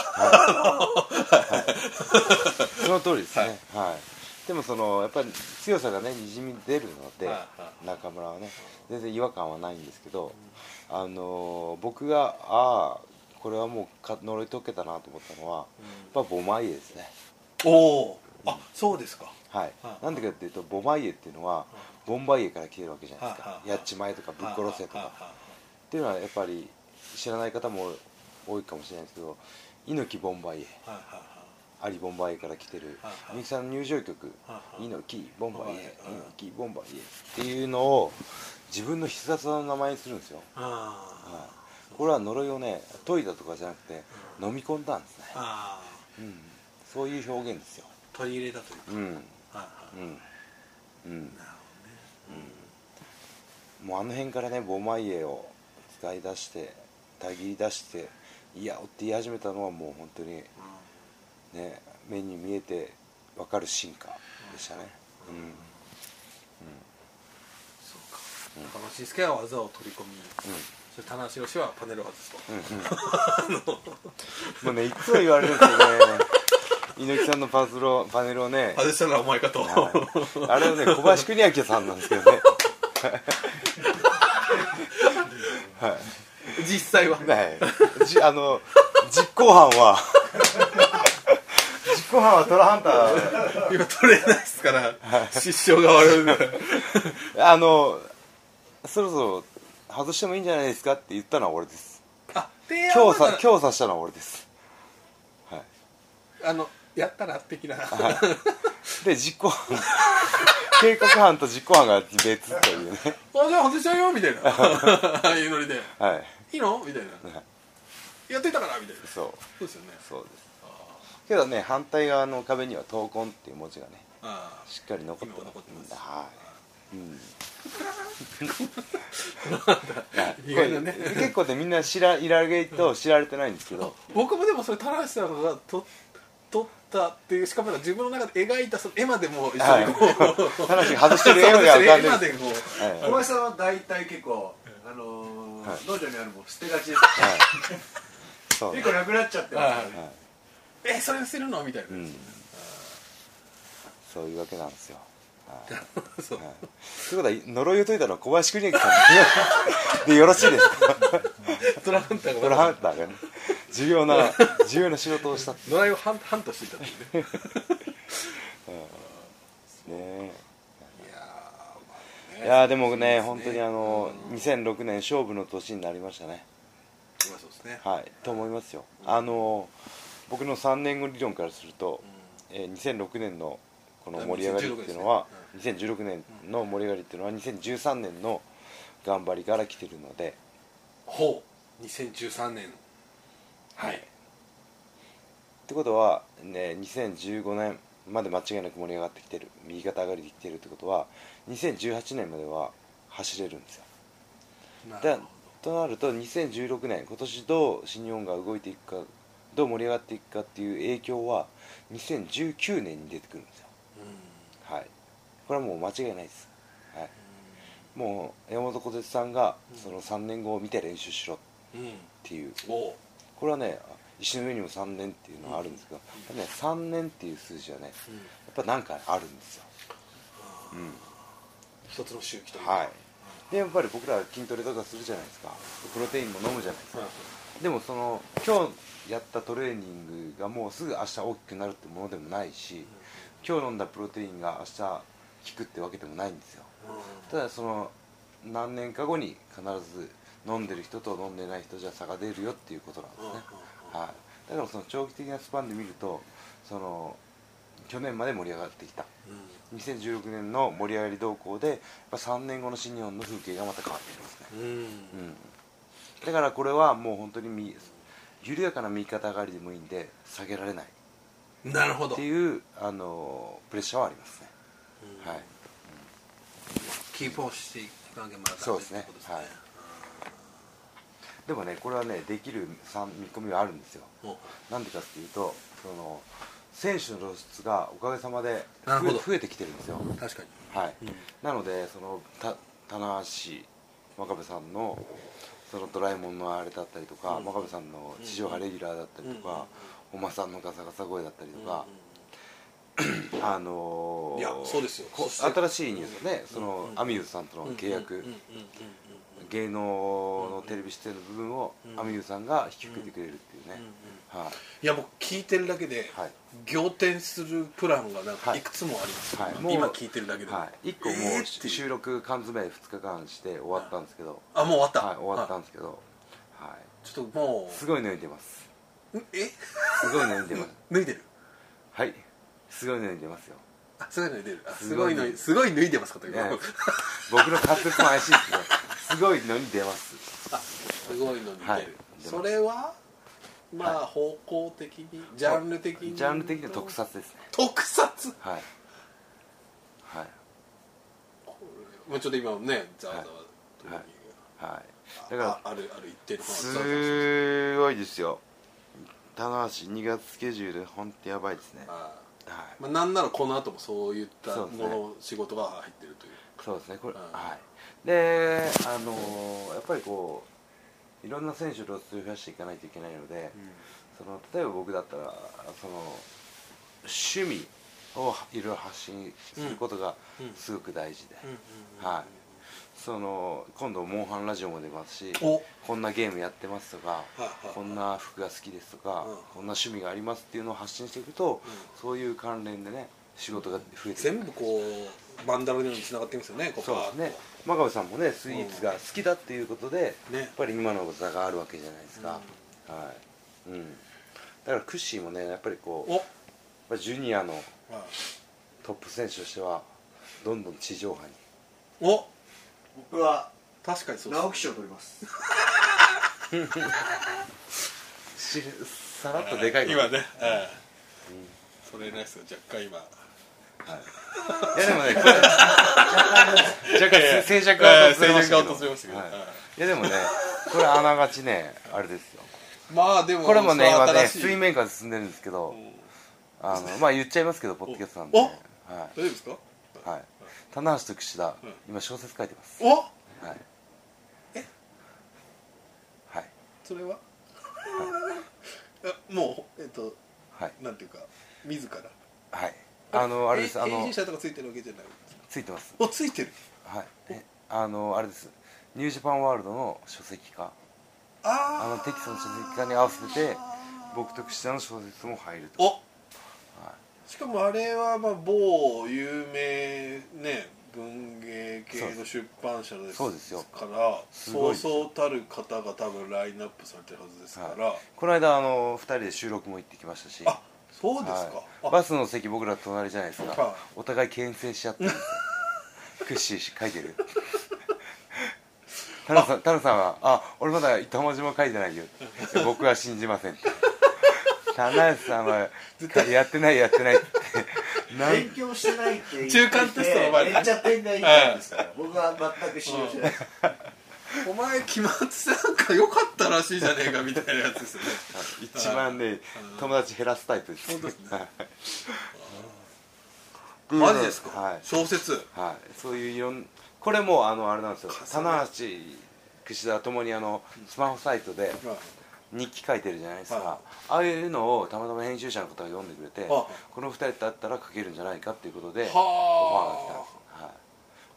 Speaker 1: その通りですね、はいでもそのやっぱり強さがねにじみ出るので、
Speaker 2: はいは
Speaker 1: 中村はね全然違和感はないんですけど、あのー僕がああこれはもうか呪い解けたなと思ったのは、やっぱボマイエですね
Speaker 2: おおあそうですか
Speaker 1: はい、
Speaker 2: はい
Speaker 1: なんでかっていうとボマイエっていうのは、ボンバイエから来てるわけじゃないですか、
Speaker 2: はいはい
Speaker 1: やっちまえとかぶっ殺せとか、
Speaker 2: はいはいはい
Speaker 1: っていうのはやっぱり知らない方も多いかもしれないですけど猪木ボンバイエ
Speaker 2: はいはいはい
Speaker 1: アリボンバイエから来てる
Speaker 2: はいはい
Speaker 1: みゆきさんの入場曲
Speaker 2: は
Speaker 1: 「
Speaker 2: いはい
Speaker 1: 猪木ボンバイ
Speaker 2: はいはい
Speaker 1: エ猪木ボンバイエ」っていうのを自分の必殺技の名前にするんですよ、
Speaker 2: あ
Speaker 1: はい、これは呪いをね解いたとかじゃなくて飲み込んだんですね
Speaker 2: ー、あ
Speaker 1: うん、そういう表現ですよ
Speaker 2: ー取り入れたというか、
Speaker 1: うん
Speaker 2: はいはい
Speaker 1: うんうん
Speaker 2: なるほどね
Speaker 1: もうあの辺からねボマイエを使い出してたぎり出して「いやお」って言い始めたのはもう本当にね目に見えて分かる進化でしたねうん
Speaker 2: そうか中村慎介は技を取り込み、そして棚橋宏はパネルを外すと、
Speaker 1: もうねいつも言われるんですよね猪木さんのパズルをパネルをね、
Speaker 2: 外したのはお前かと、
Speaker 1: はいあれはね小林邦明さんなんですけどねは、
Speaker 2: (laughs) 実際はい
Speaker 1: はい、じあの実行犯は実行犯はトラハンター
Speaker 2: 今取れないですから失笑が悪い
Speaker 1: あのそろそろ外してもいいんじゃないですかって言ったのは俺です
Speaker 2: あ提案
Speaker 1: (laughs) 今
Speaker 2: は
Speaker 1: 日
Speaker 2: ま
Speaker 1: さ
Speaker 2: だ
Speaker 1: 今日さしたのは俺ですはい
Speaker 2: あのやったら的な、 (laughs)
Speaker 1: で実行犯計画犯と実行犯が別というね
Speaker 2: あじゃあ外しちゃうよみたいな (laughs) ああいうノリで
Speaker 1: はい
Speaker 2: いいのみたいな、
Speaker 1: は
Speaker 2: やってたからみたいなそ
Speaker 1: そう
Speaker 2: うですよね
Speaker 1: そうですけどね反対側の壁には「闘魂」っていう文字がね
Speaker 2: あ
Speaker 1: しっかり残って
Speaker 2: 今も残ってます
Speaker 1: はい、うん
Speaker 2: (laughs) あ意外だね
Speaker 1: これ結構ねみんな知らいられと知られてないんですけど
Speaker 2: 僕もでもそれ田橋さんがと撮ったっていうしかもなんか自分の中で描いた (laughs) その絵までもう一緒にこう、
Speaker 1: 話外してる絵が浮かんでる
Speaker 2: 絵までこう
Speaker 1: はい
Speaker 3: 小林さんは大体結構あのー
Speaker 1: はい
Speaker 3: 農場にあるもん捨てがちです
Speaker 1: はいそう
Speaker 3: 結構なくなっちゃってます
Speaker 2: あ
Speaker 1: はい
Speaker 2: あえそれするのみたいな、
Speaker 1: うんそういうわけなんですよはい
Speaker 2: そう
Speaker 1: はいということは呪いを解いたのは小林邦明さ (laughs) んででよろしいですか
Speaker 2: ドラハンターが
Speaker 1: トラハンターが
Speaker 2: (laughs)
Speaker 1: ね重要な重要な仕事をしたって
Speaker 2: ドライをハンハントしてたっていうね
Speaker 1: ね
Speaker 2: いやーまあね
Speaker 1: いやーでもね
Speaker 2: そう
Speaker 1: 本
Speaker 2: です
Speaker 1: 当にあの2006年勝負の年になりましたね
Speaker 2: まあそうですね
Speaker 1: はいと思いますよあの僕の3年後理論からすると、えー2006年のこの盛り上がりっていうのは2016年の盛り上がりっていうのは2013年の頑張りから来てるので
Speaker 2: ほう2013年はい
Speaker 1: ってことは、ね、2015年まで間違いなく盛り上がってきてる右肩上がりできてるってことは2018年までは走れるんですよ
Speaker 2: なる
Speaker 1: で
Speaker 2: ほ
Speaker 1: となると2016年今年どう新日本が動いていくかどう盛り上がっていくかっていう影響は2019年に出てくるんですよ
Speaker 2: どう
Speaker 1: はい、これはもう間違いないです、はい、もう山本小鉄さんがその3年後を見て練習しろっ
Speaker 2: うん
Speaker 1: ていう
Speaker 2: おう
Speaker 1: これはね石の上にも3年っていうのがあるんですけど、やっぱね、3年っていう数字はねや
Speaker 2: うん
Speaker 1: っぱなんかあるんですよ、うん、
Speaker 2: 一つの周期というか
Speaker 1: はいでやっぱり僕らは筋トレとかするじゃないですかプロテインも飲むじゃないですか、
Speaker 2: はい
Speaker 1: でもその今日やったトレーニングがもうすぐ明日大きくなるってものでもないし今日飲んだプロテインが明日効くってわけでもないんですよただその何年か後に必ず飲んでる人と飲んでない人じゃ差が出るよっていうことなんですね、はい、だからその長期的なスパンで見るとその去年まで盛り上がってきた
Speaker 2: うんうん
Speaker 1: 2016年の盛り上がり動向でやっぱ3年後の新日本の風景がまた変わってきますね、
Speaker 2: うん
Speaker 1: うん、だからこれはもう本当にみ緩やかな右肩上がりでもいいんで下げられないっ
Speaker 2: なるほど
Speaker 1: ていうあのプレッシャーはありますね、
Speaker 2: うん
Speaker 1: はい、
Speaker 2: キープをしていかなきゃまだ
Speaker 1: そうですねはいでもねこれはねできるさん見込みはあるんですよ
Speaker 2: も
Speaker 1: なんでかっていうとその選手の露出がおかげさまで
Speaker 2: なるほ
Speaker 1: 増
Speaker 2: ど
Speaker 1: え増えてきてるんですよ
Speaker 2: う確かに
Speaker 1: はい、
Speaker 2: うん
Speaker 1: なのでそのた棚橋真壁さんのそのドラえもんのあれだったりとか、
Speaker 2: うん
Speaker 1: 真壁さんの地上波レギュラーだったりとか、おまさんのガサガサ声だったりとか、あのー
Speaker 2: いやそうですよ
Speaker 1: こ
Speaker 2: そして
Speaker 1: 新しいニュースね、その、
Speaker 2: うん
Speaker 1: アミューズさんとの契約、
Speaker 2: うんうんうん
Speaker 1: 芸能のテレビ出演の部分を、
Speaker 2: うん
Speaker 1: アミューズさんが引き受けてくれるっていうね
Speaker 2: うんうんう、ん
Speaker 1: はい、
Speaker 2: いやもう聞いてるだけで
Speaker 1: はい
Speaker 2: 仰天するプランがなんか
Speaker 1: はい
Speaker 2: いくつもあります
Speaker 1: はいもう
Speaker 2: 今聞いてるだけで
Speaker 1: はい、1個も
Speaker 2: えー
Speaker 1: う
Speaker 2: っていう
Speaker 1: 収録缶詰2日間して終わったんですけど、
Speaker 2: あもう終わった
Speaker 1: はい、終わった
Speaker 2: あ
Speaker 1: んですけど、は
Speaker 2: ちょっとも
Speaker 1: い、すごい抜いてます
Speaker 2: うえ
Speaker 1: すごいのに
Speaker 2: (laughs)
Speaker 1: 出ます
Speaker 2: 脱いでる
Speaker 1: はいすごいのに出ます
Speaker 2: (laughs)
Speaker 1: よ
Speaker 2: あすごいの脱いでるあす
Speaker 1: す
Speaker 2: ご
Speaker 1: ご
Speaker 2: い
Speaker 1: い
Speaker 2: のすごい脱いでますかという
Speaker 1: ね僕の滑舌も怪しいですねすごいのに出ます
Speaker 2: あすごいのに出る、
Speaker 1: はい
Speaker 2: それはまあ、方向的にジャンル的に
Speaker 1: ジャンル的には特撮ですね
Speaker 2: 特撮 (laughs)
Speaker 1: はいはい
Speaker 2: もうちょっと今もねざわざわと
Speaker 1: はいはいだか
Speaker 2: ああるある一定の
Speaker 1: ら
Speaker 2: 方がざわざわして
Speaker 1: すごいですよ棚橋2月スケジュールほんとやばいですねは
Speaker 2: あー、
Speaker 1: い
Speaker 2: まあ、なんならこの後もそういった
Speaker 1: そ
Speaker 2: も
Speaker 1: うですね
Speaker 2: の仕事が入ってるという
Speaker 1: そうですねこれ
Speaker 2: うん
Speaker 1: はいであのーやっぱりこういろんな選手を増やしていかないといけないので、その例えば僕だったらその趣味をいろいろ発信することが
Speaker 2: うんうん
Speaker 1: すごく大事で、
Speaker 2: うんうんうん
Speaker 1: はいその今度モンハンラジオも出ますし
Speaker 2: お
Speaker 1: こんなゲームやってますとか、
Speaker 2: いはい
Speaker 1: こんな服が好きですとか、こん
Speaker 2: うん
Speaker 1: な趣味がありますっていうのを発信していくと、
Speaker 2: ん
Speaker 1: そういう関連でね仕事が増えてく
Speaker 2: 全部こうバンダラのように繋がってますよねここ
Speaker 1: そう
Speaker 2: は
Speaker 1: ですね真壁さんもねスイーツが好きだっていうことで、
Speaker 2: ね
Speaker 1: やっぱり今の座があるわけじゃないですか、はい、うん、だからクッシーもねやっぱりこう
Speaker 2: お
Speaker 1: まあ、ジュニアの
Speaker 2: あ
Speaker 1: トップ選手としてはどんどん地上波に
Speaker 2: お
Speaker 3: 僕は
Speaker 2: 確かにそうです
Speaker 3: 直木賞を取ります
Speaker 1: しさらっとでかい
Speaker 2: 今
Speaker 1: ね
Speaker 2: ね、ええそれないですよ若干今
Speaker 1: いやでもねこれ若干静寂は訪れましたけど
Speaker 2: 静寂は訪れましたけど
Speaker 1: はい
Speaker 2: はい
Speaker 1: いやでもねこれあながちねあれですよ
Speaker 2: まあでも
Speaker 1: これもね
Speaker 2: その
Speaker 1: 今ね
Speaker 2: 新しい
Speaker 1: 水面下で進んでるんですけど
Speaker 2: ん
Speaker 1: あのまあ言っちゃいますけどポッドキャストなんで
Speaker 2: お
Speaker 1: はい
Speaker 2: 大丈夫ですか
Speaker 1: はい棚橋と櫛田
Speaker 2: うん
Speaker 1: 今小説書いてます
Speaker 2: お
Speaker 1: はい
Speaker 2: え
Speaker 1: はい
Speaker 2: それは (laughs) あもうえっと
Speaker 1: はい
Speaker 2: なんていうか自ら
Speaker 1: はいあのあれです
Speaker 2: え
Speaker 1: あ
Speaker 2: 編
Speaker 1: の
Speaker 2: 集者とかついてるわけじゃない
Speaker 1: ついてます
Speaker 2: おついてる
Speaker 1: はい、えあのあれですニュージャパンワールドの書籍化あ
Speaker 2: あ
Speaker 1: のテキストの書籍化に合わせて僕と櫛田の小説も入る
Speaker 2: あ
Speaker 1: と
Speaker 2: おしかもあれはまあ某有名ね文芸系の出版社です
Speaker 1: そうですよ
Speaker 2: から
Speaker 1: すごい
Speaker 2: そ
Speaker 1: です
Speaker 2: うそうたる方が多分ラインナップされてるはずですから、
Speaker 1: この間あの2人で収録も行ってきましたし
Speaker 2: あそうですか、
Speaker 1: はい、バスの席僕ら隣じゃないです
Speaker 2: はい
Speaker 1: かお互い牽制し合
Speaker 2: (laughs)
Speaker 1: ってるんですよクッシー書いてるタナさんタナさんは「あ俺まだ糸浜島書いてないよ」僕は信じません」
Speaker 2: (laughs)
Speaker 1: ってタナさんは「やってないやって
Speaker 2: (laughs)
Speaker 1: ない」って何
Speaker 3: 勉強してないって言って
Speaker 2: 中間テストの前に
Speaker 3: めっちゃ点がいいんですから僕は全く信用してない
Speaker 2: あお前期末なんか良かったらしいじゃねえかみたいなやつですよね
Speaker 1: 一番ね友達減らすタイプです
Speaker 2: 本当ですね
Speaker 1: はいうん
Speaker 2: マジですか、
Speaker 1: はい
Speaker 2: 小説
Speaker 1: はい、そういういろんこれもあのあれなんですよ
Speaker 2: 重ね
Speaker 1: 棚橋櫛田ともにあのスマホサイトで
Speaker 2: はい
Speaker 1: 日記書いてるじゃないですか、
Speaker 2: は
Speaker 1: ああいうのをたまたま編集者の方が読んでくれて
Speaker 2: あ
Speaker 1: この二人と会ったら書けるんじゃないかっていうことでオファーが来たん
Speaker 2: は
Speaker 1: です、はい、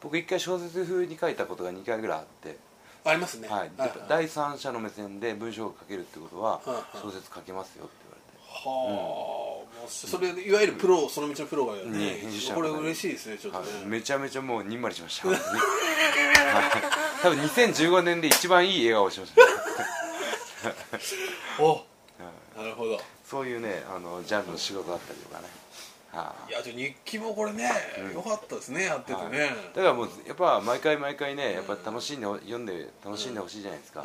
Speaker 1: 僕一回小説風に書いたことが2回ぐらいあって、
Speaker 2: あありますね
Speaker 1: はい、
Speaker 2: はい
Speaker 1: やっぱ第三者の目線で文章を書けるってことは
Speaker 2: はいはい
Speaker 1: 小説書けますよって言われて。
Speaker 2: はあ、もうそれいわゆるプロ、その道のプロがやる
Speaker 1: ね
Speaker 2: ね
Speaker 1: 編集者の
Speaker 2: これ
Speaker 1: 方ね
Speaker 2: 嬉しいですねちょっと
Speaker 1: は
Speaker 2: ね、
Speaker 1: い、めちゃめちゃもうにんまりしました、はい、多分2015年で一番いい笑顔をしました、
Speaker 2: おなるほどい
Speaker 1: そういうねあのジャンルの仕事だったりとかね、はい
Speaker 2: やじゃあ日記もこれね、よかったですねやってて
Speaker 1: はい
Speaker 2: ね、
Speaker 1: だからもうやっぱ毎回毎回ねやっぱ楽しんでほ読んで楽しんでほしいじゃないですか、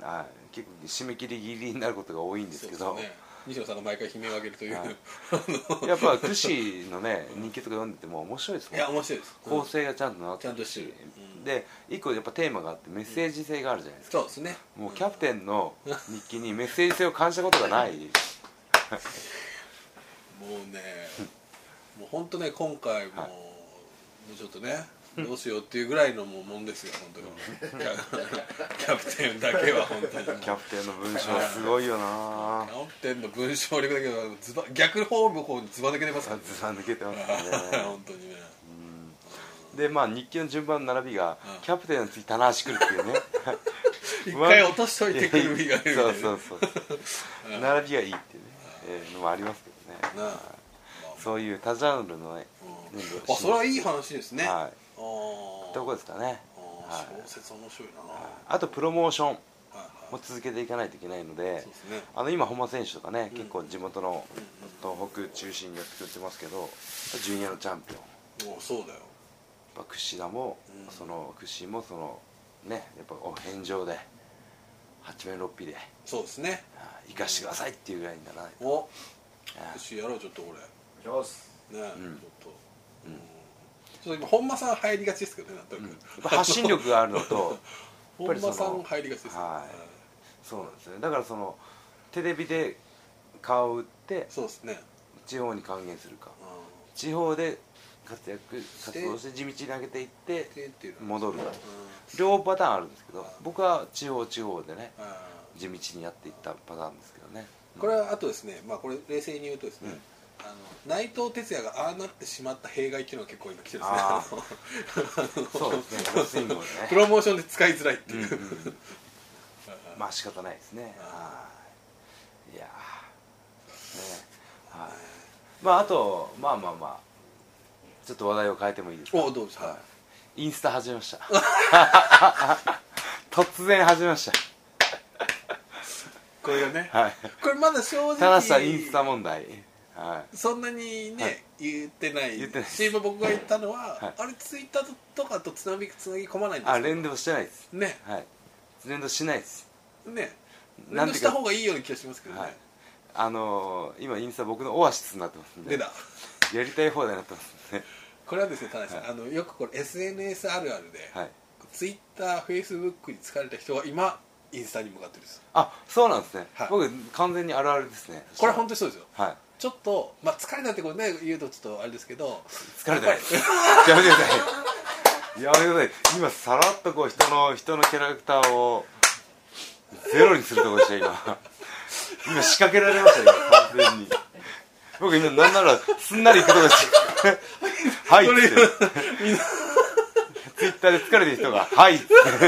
Speaker 1: はい結構締め切りギリギリになることが多いんですけ
Speaker 2: そ
Speaker 1: ど
Speaker 2: うですね西野さんが毎回悲鳴を上げるという、
Speaker 1: はい
Speaker 2: い、
Speaker 1: やっぱ櫛のね人気とか読んでても面白いですもん
Speaker 2: や面 (laughs) 白いです、
Speaker 1: 構成がちゃんとなって
Speaker 2: ちゃんとしてるうん
Speaker 1: で一個やっぱテーマがあってメッセージ性があるじゃないですか、
Speaker 2: そうですね
Speaker 1: もうキャプテンの日記にメッセージ性を感じたことがない
Speaker 2: もうねもう本当ね今回も,、
Speaker 1: はい
Speaker 2: もうちょっとねどうしようっていうぐらいのもうもんですよ本当にキャ (laughs) キャプテンだけは本当にもう
Speaker 1: キャプテンの文章すごいよな
Speaker 2: 直ってんの文章力だけどズバ逆方向の方にズバ抜けてますからね
Speaker 1: ずさ抜けてますね
Speaker 2: (laughs) 本当にね
Speaker 1: でまあ日記の順番の並びが
Speaker 2: うん
Speaker 1: キャプテンの次棚橋来るっていうね
Speaker 2: (laughs) 一回落としといてくるみがいるみたいな
Speaker 1: そうそうそう並びがいいっていうねえーのもありますけどね
Speaker 2: なあ
Speaker 1: そういう他ジャンルのね
Speaker 2: うんあそれはいい話ですねあ
Speaker 1: は
Speaker 2: あ
Speaker 1: いとこですかね
Speaker 2: ああ
Speaker 1: はい
Speaker 2: 小説面白いな
Speaker 1: あとプロモーション
Speaker 2: はいは
Speaker 1: も続けていかないといけないの
Speaker 2: い
Speaker 1: で
Speaker 2: そうですね
Speaker 1: あの今本間選手とかね
Speaker 2: うん
Speaker 1: 結構地元の
Speaker 2: うん
Speaker 1: 東北中心にやってくれてますけどジュニアのチャンピオン
Speaker 2: もうそうだよ
Speaker 1: やっぱ櫛田も、
Speaker 2: うん
Speaker 1: その櫛もそのねやっぱお返上で八面六臂で
Speaker 2: そうですね
Speaker 1: あー生かしてくださいっていうぐらいにならないと
Speaker 2: お
Speaker 1: あ
Speaker 2: よ
Speaker 1: ー
Speaker 2: しやろうちょっとこれ
Speaker 3: よし
Speaker 2: ねえ
Speaker 1: うん
Speaker 2: ちょっとうんちょっと今本間さん入りがちですけどねなんとな
Speaker 1: や
Speaker 2: く
Speaker 1: っぱ発信力があるのと
Speaker 2: 本間さ
Speaker 1: やっぱりそ
Speaker 2: ん
Speaker 1: の
Speaker 2: 入りがちです
Speaker 1: は
Speaker 2: はい
Speaker 1: そうなんですよねだからそのテレビで顔を売って
Speaker 2: いそうですね
Speaker 1: 地方に還元するか
Speaker 2: うん
Speaker 1: 地方で活躍
Speaker 2: て
Speaker 1: 活動して地道に上げていって
Speaker 2: ってっていうのは
Speaker 1: 戻るか
Speaker 2: う
Speaker 1: 両パターンあるんですけど僕は地方地方でね
Speaker 2: んあ
Speaker 1: 地道にやっていったパターンですけどね
Speaker 2: ーこれはあとですね、まあ、これ冷静に言うとですね、
Speaker 1: うん
Speaker 2: あの内藤哲也がああなってしまった弊害っていうのは結構今来てるんですね
Speaker 1: あー
Speaker 2: あの
Speaker 1: そうですねロスイングをね
Speaker 2: プロモーションで使いづらいっていう、
Speaker 1: まあ仕方ないですね。は
Speaker 2: (laughs) あ
Speaker 1: い。いやー。ね。はい。まああとまあまあまあ。ちょっと話題を変えてもいいですか。
Speaker 2: おどうですか
Speaker 1: い。インスタ始めました。 (laughs) 突然始めまし
Speaker 2: これがね、
Speaker 1: た。はい。
Speaker 2: これまだ正直
Speaker 1: ただしたインスタ問題。は
Speaker 2: そんなにね、
Speaker 1: はい
Speaker 2: 言ってない
Speaker 1: 言ってない
Speaker 2: し今僕が言ったのは、
Speaker 1: はい
Speaker 2: あれツイッターとかとつなぎつなぎ込まないん
Speaker 1: い。
Speaker 2: です
Speaker 1: あ
Speaker 2: か
Speaker 1: 連動してないです。
Speaker 2: ね
Speaker 1: はい。連動しないです。
Speaker 2: ね
Speaker 1: なんてい
Speaker 2: 連動
Speaker 1: う
Speaker 2: し
Speaker 1: か
Speaker 2: た方がいいような気がしますけどね、
Speaker 1: はい。あのー、今インスタ僕のオアシスになってますん
Speaker 2: で
Speaker 1: で。
Speaker 2: だ
Speaker 1: やりたい放題になってますんで。
Speaker 2: これはですね田中さん、
Speaker 1: はい
Speaker 2: あのよくこれ SNS あるあるで、
Speaker 1: はい。
Speaker 2: ツイッターフェイスブックに疲れた人は今インスタに向かってるんです
Speaker 1: あ、そうなんですね
Speaker 2: はい。
Speaker 1: 僕完全にあるあるですね。
Speaker 2: これ本
Speaker 1: 当。
Speaker 2: 当にそうですよ
Speaker 1: はい。
Speaker 2: ちょっと、まあ、疲れたってことね言うとちょっとあれですけど
Speaker 1: 疲れてないですやめてくださいやめてください今さらっとこう人の人のキャラクターをゼロにするとこでした今今仕掛けられました今完全に僕今なんならすんなり行くとこでしたはいっつってツイッターで疲れてる人が「はい」っつって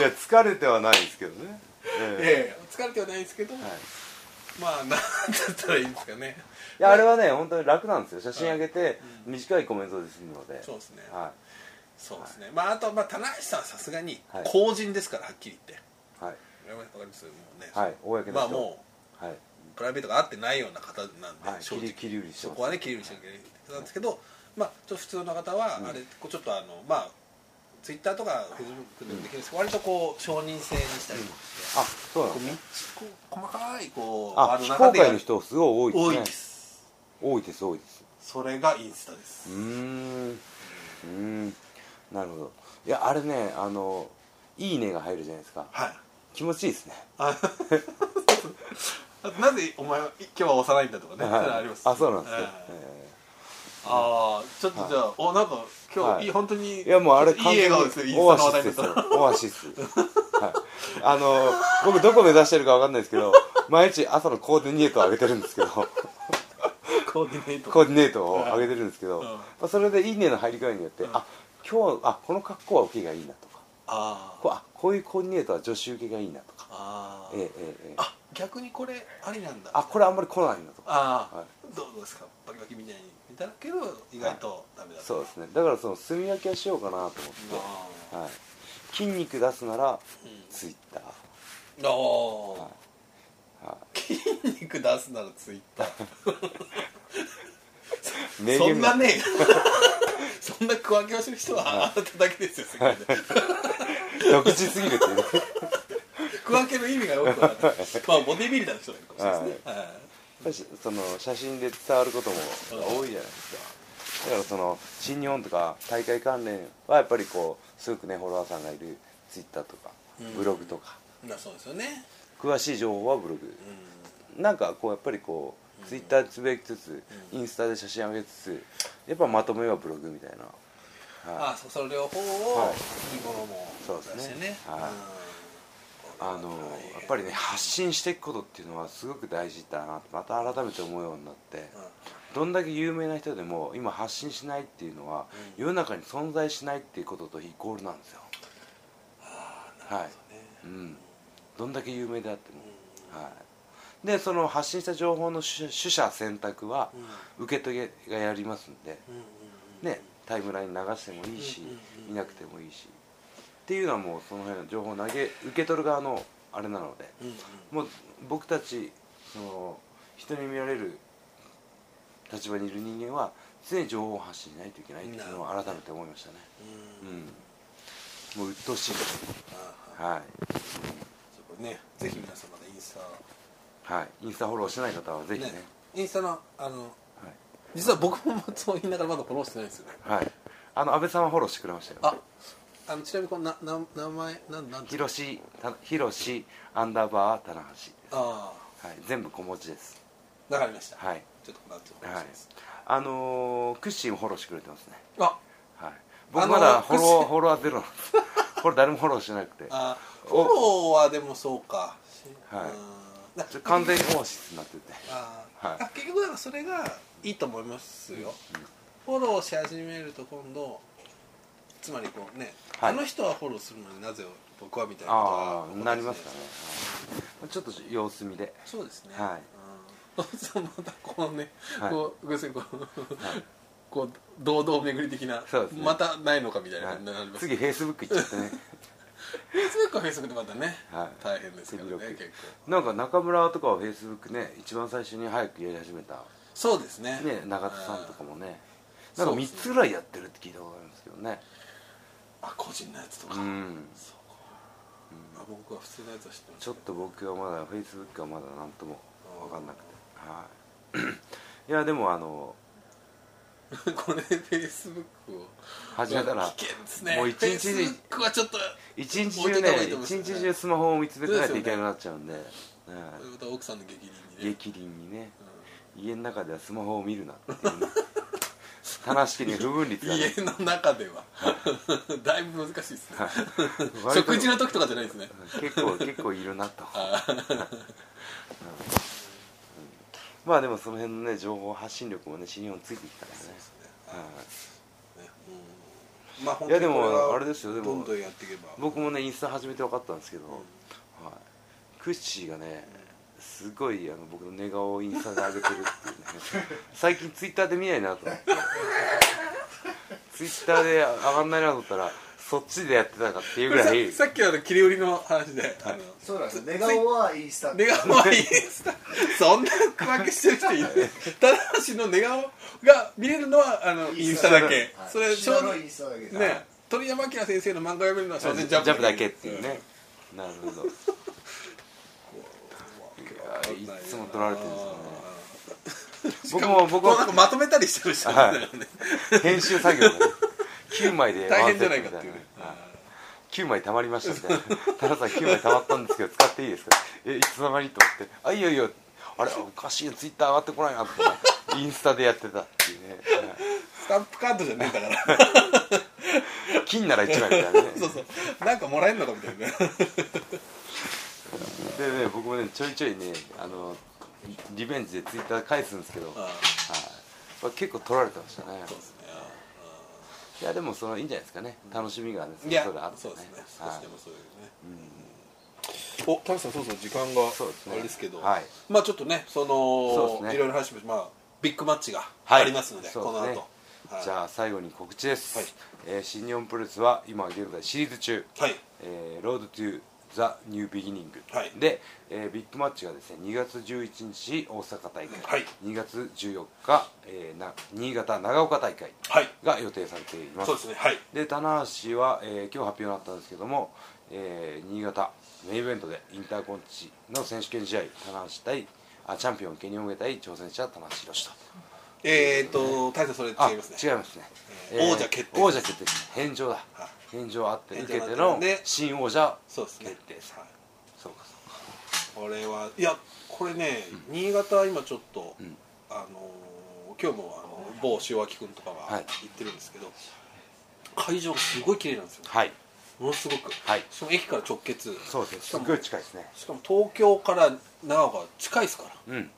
Speaker 1: いや疲れてはないですけどね、ええ
Speaker 2: ええ疲れてはないですけど、
Speaker 1: はい
Speaker 2: まあ (laughs) なんだったらいいんですかね
Speaker 1: いやあれはね本当に楽なんですよ写真上げて短いコメントで済むので
Speaker 2: そうですね
Speaker 1: は
Speaker 2: そうですね、まああとまあ田中さんはさすがに
Speaker 1: はい
Speaker 2: 公人ですからはっきり言って
Speaker 1: いはい
Speaker 2: わかりますもうね、
Speaker 1: はい公の人
Speaker 2: まあも
Speaker 1: はいう
Speaker 2: プライベートが合ってないような方なんで、
Speaker 1: はい切
Speaker 2: 正直
Speaker 1: り切り売りして
Speaker 2: そ
Speaker 1: ます
Speaker 2: こはね切り売りしなきゃいけないんですけど、まあちょっと普通の方は
Speaker 1: うん
Speaker 2: あれこうちょっとあのまあツイッターとかフェイスブックでもできるんですけど、割とこう承認制にしたりとかして、
Speaker 1: あそうなん
Speaker 2: こう
Speaker 1: です
Speaker 2: み
Speaker 1: ね
Speaker 2: こう細かいこう
Speaker 1: あ非公開の人すごい
Speaker 2: 多
Speaker 1: 多
Speaker 2: い
Speaker 1: い
Speaker 2: で
Speaker 1: ですね
Speaker 2: す
Speaker 1: 多いです多いです
Speaker 2: それがインスタです
Speaker 1: うーんうーんなるほどいやあれねあの「いいね」が入るじゃないですか
Speaker 2: はい
Speaker 1: 気持ちいいですね
Speaker 2: あなぜお前は今日は押さないんだとかね、それはあります
Speaker 1: そうなんですね
Speaker 2: はい
Speaker 1: え
Speaker 2: ああちょっとじゃあ、おなんか今日、
Speaker 1: はい
Speaker 2: い、本当に
Speaker 1: いやもうあれ
Speaker 2: いい笑顔ですよイン
Speaker 1: オア
Speaker 2: スタの話
Speaker 1: シ
Speaker 2: 題
Speaker 1: ス
Speaker 2: にな
Speaker 1: で
Speaker 2: っ
Speaker 1: す
Speaker 2: た
Speaker 1: (laughs) よオアシス、はい、あの僕どこ目指してるかわかんないですけど毎日朝のコーディネートを上げてるんですけど
Speaker 2: コーディネート
Speaker 1: コーディネートを上げてるんですけど、
Speaker 2: うん
Speaker 1: まあ、それで「いいね」の入り具合によって、
Speaker 2: うん
Speaker 1: あ今日あこの格好は受けがいいなとか
Speaker 2: あ
Speaker 1: こ
Speaker 2: ー
Speaker 1: うあこういうコーディネートは女子受けがいいなとか、
Speaker 2: あ
Speaker 1: え
Speaker 2: ー、
Speaker 1: えええええ
Speaker 2: あ逆にこれありなんだ
Speaker 1: あこれあんまり来ないなとか
Speaker 2: ああ、
Speaker 1: は
Speaker 2: どうですかバキバキみたいに見たけど意外とダメだ
Speaker 1: そううですねだからその墨分けはしようかなと思って、
Speaker 2: あ
Speaker 1: はい、筋肉出すなら
Speaker 2: ー、うん
Speaker 1: ツイッター
Speaker 2: あー、
Speaker 1: は
Speaker 2: 筋肉出すならツイッター
Speaker 1: 名
Speaker 2: そ
Speaker 1: 言
Speaker 2: んなね (laughs) そんな区分けをする人はあなただけですよ世界で
Speaker 1: 独自すぎるって
Speaker 2: (laughs)
Speaker 1: いうね
Speaker 2: 区分けの意味がよくわかんないまあボディビルダーの人がいるかもしれないですね、はい
Speaker 1: やっぱりその写真で伝わることも多いじゃないですかだからその新日本とか大会関連はやっぱりこうすごくねフォロワーさんがいるツイッターとか
Speaker 2: うん
Speaker 1: ブログとか、
Speaker 2: まあそうですよね
Speaker 1: 詳しい情報はブログ
Speaker 2: うん
Speaker 1: なんかこうやっぱりこうツイッターでつぶやきつつ、インスタで写真上げつつやっぱまとめはブログみたいな、はい、
Speaker 2: ああそうその両方
Speaker 1: は
Speaker 2: を
Speaker 1: い
Speaker 2: 日頃も
Speaker 1: そうですね
Speaker 2: 出してね
Speaker 1: はい
Speaker 2: うん
Speaker 1: あのやっぱりね発信していくことっていうのはすごく大事だなってまた改めて思うようになって
Speaker 2: うん
Speaker 1: どんだけ有名な人でも今発信しないっていうのは
Speaker 2: うん
Speaker 1: 世の中に存在しないっていうこととイコールなんですよ
Speaker 2: ああなる
Speaker 1: はい
Speaker 2: ほどね
Speaker 1: うんどんだけ有名であってもはいでその発信した情報の取取捨選択は
Speaker 2: うん
Speaker 1: 受け取りがやりますんで
Speaker 2: うんうんうん
Speaker 1: ねタイムラインに流してもいいし
Speaker 2: うんうんうん
Speaker 1: 見なくてもいいしっていうのはもうその辺の情報を投げ受け取る側のあれなので
Speaker 2: うんうん
Speaker 1: もう僕たちその人に見られる立場にいる人間は常に情報を発信しないといけないっていうのを
Speaker 2: なるほど
Speaker 1: 改めて思いましたね
Speaker 2: う
Speaker 1: うんんもう鬱陶しいです
Speaker 2: ああ
Speaker 1: は
Speaker 2: そこねぜひ皆様でインスタ
Speaker 1: い、はい、インスタフォローしてない方はぜひね
Speaker 2: インスタのあの実は僕もそう言いながらまだフォローしてないんですよね
Speaker 1: はい、はい、あの安倍さんはフォローしてくれましたよ
Speaker 2: ああのちなみにこのなな名前なんなん
Speaker 1: ひ
Speaker 2: て
Speaker 1: ろしたひろしアンダーバー棚橋です
Speaker 2: あ
Speaker 1: はい、全部小文字です
Speaker 2: あわかりました
Speaker 1: はい
Speaker 2: ちょっとなんていうのか
Speaker 1: は
Speaker 2: ない
Speaker 1: あのー、クッシーもフォローしてくれてますね
Speaker 2: あ
Speaker 1: はい僕
Speaker 2: あの
Speaker 1: ま
Speaker 2: ー
Speaker 1: だフォロ
Speaker 2: ク
Speaker 1: ー
Speaker 2: ッシー
Speaker 1: フォロワーゼロなんです (laughs) これ誰もフォローしてなくて
Speaker 2: あフォローはでもそうか
Speaker 1: はい
Speaker 2: いだ
Speaker 1: ちょ完全にオアシスになってて
Speaker 2: あー、
Speaker 1: はい
Speaker 2: あ結局だからそれがいいと思いますよ、フォローし始めると今度つまりこうね、
Speaker 1: はい
Speaker 2: あの人はフォローするのになぜ僕はみたいなこと
Speaker 1: あ
Speaker 2: は
Speaker 1: あなりますかね
Speaker 2: ね、
Speaker 1: はいちょっと様子見で
Speaker 2: そうですね、
Speaker 1: はい
Speaker 2: うん、そうまたこのね、
Speaker 1: はい
Speaker 2: こう偶然こう、こう堂々巡り的な、
Speaker 1: そうですね
Speaker 2: またないのかみたいな
Speaker 1: は
Speaker 2: 感じになり
Speaker 1: い
Speaker 2: ます
Speaker 1: 次フェイスブック行っちゃって
Speaker 2: (laughs)
Speaker 1: ね
Speaker 2: フェイスブックはフェイスブックでまたね、
Speaker 1: はい
Speaker 2: 大変ですからね
Speaker 1: 手広
Speaker 2: 結
Speaker 1: く
Speaker 2: 構
Speaker 1: なんか中村とかはフェイスブックね一番最初に早くやり始めた
Speaker 2: そうですね
Speaker 1: ね永田さんとかもね
Speaker 2: う
Speaker 1: なんんか
Speaker 2: そうで
Speaker 1: 3
Speaker 2: すね
Speaker 1: つぐらいやってるって聞いたことあるんですけどね
Speaker 2: あ個人のやつとか、
Speaker 1: うん
Speaker 2: そうか、あ僕は普通のやつは知ってまし
Speaker 1: ち
Speaker 2: た
Speaker 1: ょっと僕はまだフェイスブックはまだ何とも分かんなくてはいい (clears throat) やでもあの
Speaker 2: (laughs) これでフェイスブックを
Speaker 1: 始めたら
Speaker 2: 危険ですね
Speaker 1: も
Speaker 2: も
Speaker 1: う
Speaker 2: う
Speaker 1: 一
Speaker 2: 一
Speaker 1: 日
Speaker 2: 日フェイスブックはちょっと
Speaker 1: 一日
Speaker 2: 置
Speaker 1: 中
Speaker 2: いといた方が
Speaker 1: ね
Speaker 2: いいと思います
Speaker 1: 一
Speaker 2: よね
Speaker 1: 日中スマホを見つめてないといけなくなっちゃうんで
Speaker 2: こ
Speaker 1: う
Speaker 2: れ
Speaker 1: ん
Speaker 2: また奥さんの激励にね
Speaker 1: 激凛にね家の中ではスマホを見るなって
Speaker 2: (laughs)
Speaker 1: いうね棚式に不分率がね
Speaker 2: 家の中では (laughs) だいぶ難しいですね
Speaker 1: 割と
Speaker 2: 食事の時とかじゃないですね
Speaker 1: 結構結構いるな
Speaker 2: (laughs)
Speaker 1: と
Speaker 2: あー
Speaker 1: まあでもその辺のね情報発信力もね新日本ついてきたからねはい
Speaker 2: ねうんまあ本
Speaker 1: いやで
Speaker 2: 当にこは
Speaker 1: もあれですよで
Speaker 2: どん
Speaker 1: も
Speaker 2: どんやっていけば
Speaker 1: 僕もねインスタ始めて分かったんですけど、はい、クッシーがねすごいあの僕の寝顔をインスタで上げてる (laughs) っていうね最近ツイッターで見ないなと思ってツイッターで上がんないなと思ったらそっちでやってたかっていう (laughs)
Speaker 2: こ
Speaker 1: ぐら
Speaker 2: れ
Speaker 1: い
Speaker 2: ささっきのあの切り売りの話であの
Speaker 3: そうなんですよ寝顔はインスタ
Speaker 2: 寝顔はいいですそんな区分けしてる人いないただしの寝顔が見れるのはあのインスタだけ、
Speaker 3: はい
Speaker 2: それ正
Speaker 3: 白の
Speaker 2: 直
Speaker 3: インスタだけです
Speaker 2: ね鳥山明先生の漫画を読めるのは
Speaker 1: ジ
Speaker 2: 正然ジ
Speaker 1: ャ
Speaker 2: ャン
Speaker 1: ン
Speaker 2: プ
Speaker 1: プだけっていうね、なるほど
Speaker 2: うん
Speaker 1: いやいつも撮られてるんですよね
Speaker 2: 僕
Speaker 1: 僕
Speaker 2: も
Speaker 1: も僕
Speaker 2: 僕も
Speaker 1: も
Speaker 2: なんかまとめたりしてる人みたいなね
Speaker 1: 編集作業がね9枚で
Speaker 2: 大
Speaker 1: ワン
Speaker 2: 変じ
Speaker 1: セ
Speaker 2: ゃ
Speaker 1: ットみ
Speaker 2: ない
Speaker 1: た
Speaker 2: か
Speaker 1: い
Speaker 2: ってい
Speaker 1: な
Speaker 2: うね
Speaker 1: ね9枚たまりましたみたいな「田中さん9枚たまったんですけど使っていいですか?」えいつの間にと思って「あいいよいいよあれおかしいよツイッター上がってこないな」ってインスタでやってたっていうね、はい
Speaker 2: スタンプカードじゃねえんだから
Speaker 1: 金なら1枚みたいなね
Speaker 2: (laughs) そうそうなんかもらえんのかみたいな
Speaker 1: でね僕もねちょいちょいねあのリベンジでツイッター返すんですけど、はい
Speaker 2: あ
Speaker 1: まあ、結構取られてましたね
Speaker 2: そうですね
Speaker 1: いやでもそのいいんじゃないですかね楽しみがねそ
Speaker 2: い
Speaker 1: れ
Speaker 2: や
Speaker 1: ぞれあって
Speaker 2: そ
Speaker 1: ね
Speaker 2: うですね少
Speaker 1: は
Speaker 2: しでもそういうねお田中さんそうそう時間が
Speaker 1: そうですね
Speaker 2: あれですけど
Speaker 1: はい
Speaker 2: まあちょっとね
Speaker 1: そ
Speaker 2: そ
Speaker 1: うで
Speaker 2: の
Speaker 1: すね
Speaker 2: いろいろ話しましたまあビッグマッチが
Speaker 1: はい
Speaker 2: ありますのでこ
Speaker 1: そう
Speaker 2: の
Speaker 1: ですね
Speaker 2: 後はい
Speaker 1: じゃあ最後に告知です、
Speaker 2: はい
Speaker 1: えー新日本プロレスは今現在シリーズ中
Speaker 2: はい
Speaker 1: えーロードトゥザニュービギニング
Speaker 2: はい
Speaker 1: で、えービッグマッチがですね2月11日大阪大会、
Speaker 2: はい
Speaker 1: 2月14日、えーな新潟長岡大会
Speaker 2: はい
Speaker 1: が予定されています
Speaker 2: そうですねはい
Speaker 1: で棚橋は、えー今日発表になったんですけども、えー新潟メインイベントでインターコンチの選手権試合棚橋対あチャンピオンケニオンゲ対挑戦者棚橋宏と
Speaker 2: えっと大佐それ違い
Speaker 1: あ
Speaker 2: ますね
Speaker 1: 違いますね、
Speaker 2: えー王者決定
Speaker 1: 王者決定です返上だ
Speaker 2: はい
Speaker 1: 返上あって
Speaker 2: 返
Speaker 1: 受
Speaker 2: 上
Speaker 1: け
Speaker 2: があって
Speaker 1: ての
Speaker 2: で
Speaker 1: 新王者
Speaker 2: そうですね
Speaker 1: 決定戦
Speaker 2: はい
Speaker 1: そうかそうか
Speaker 2: これはいやこれね、新潟今ちょっと、
Speaker 1: ん
Speaker 2: あのー今日もあの某塩脇君とかが
Speaker 1: は
Speaker 2: 行
Speaker 1: い
Speaker 2: ってるんですけど、会場がすごい綺麗なんですよ、
Speaker 1: はい
Speaker 2: ものすごく、
Speaker 1: はい
Speaker 2: しかも駅から直結
Speaker 1: そうです
Speaker 2: し
Speaker 1: す
Speaker 2: か
Speaker 1: っ
Speaker 2: も
Speaker 1: ごい近いですね
Speaker 2: しかも東京から長岡近いですから
Speaker 1: うん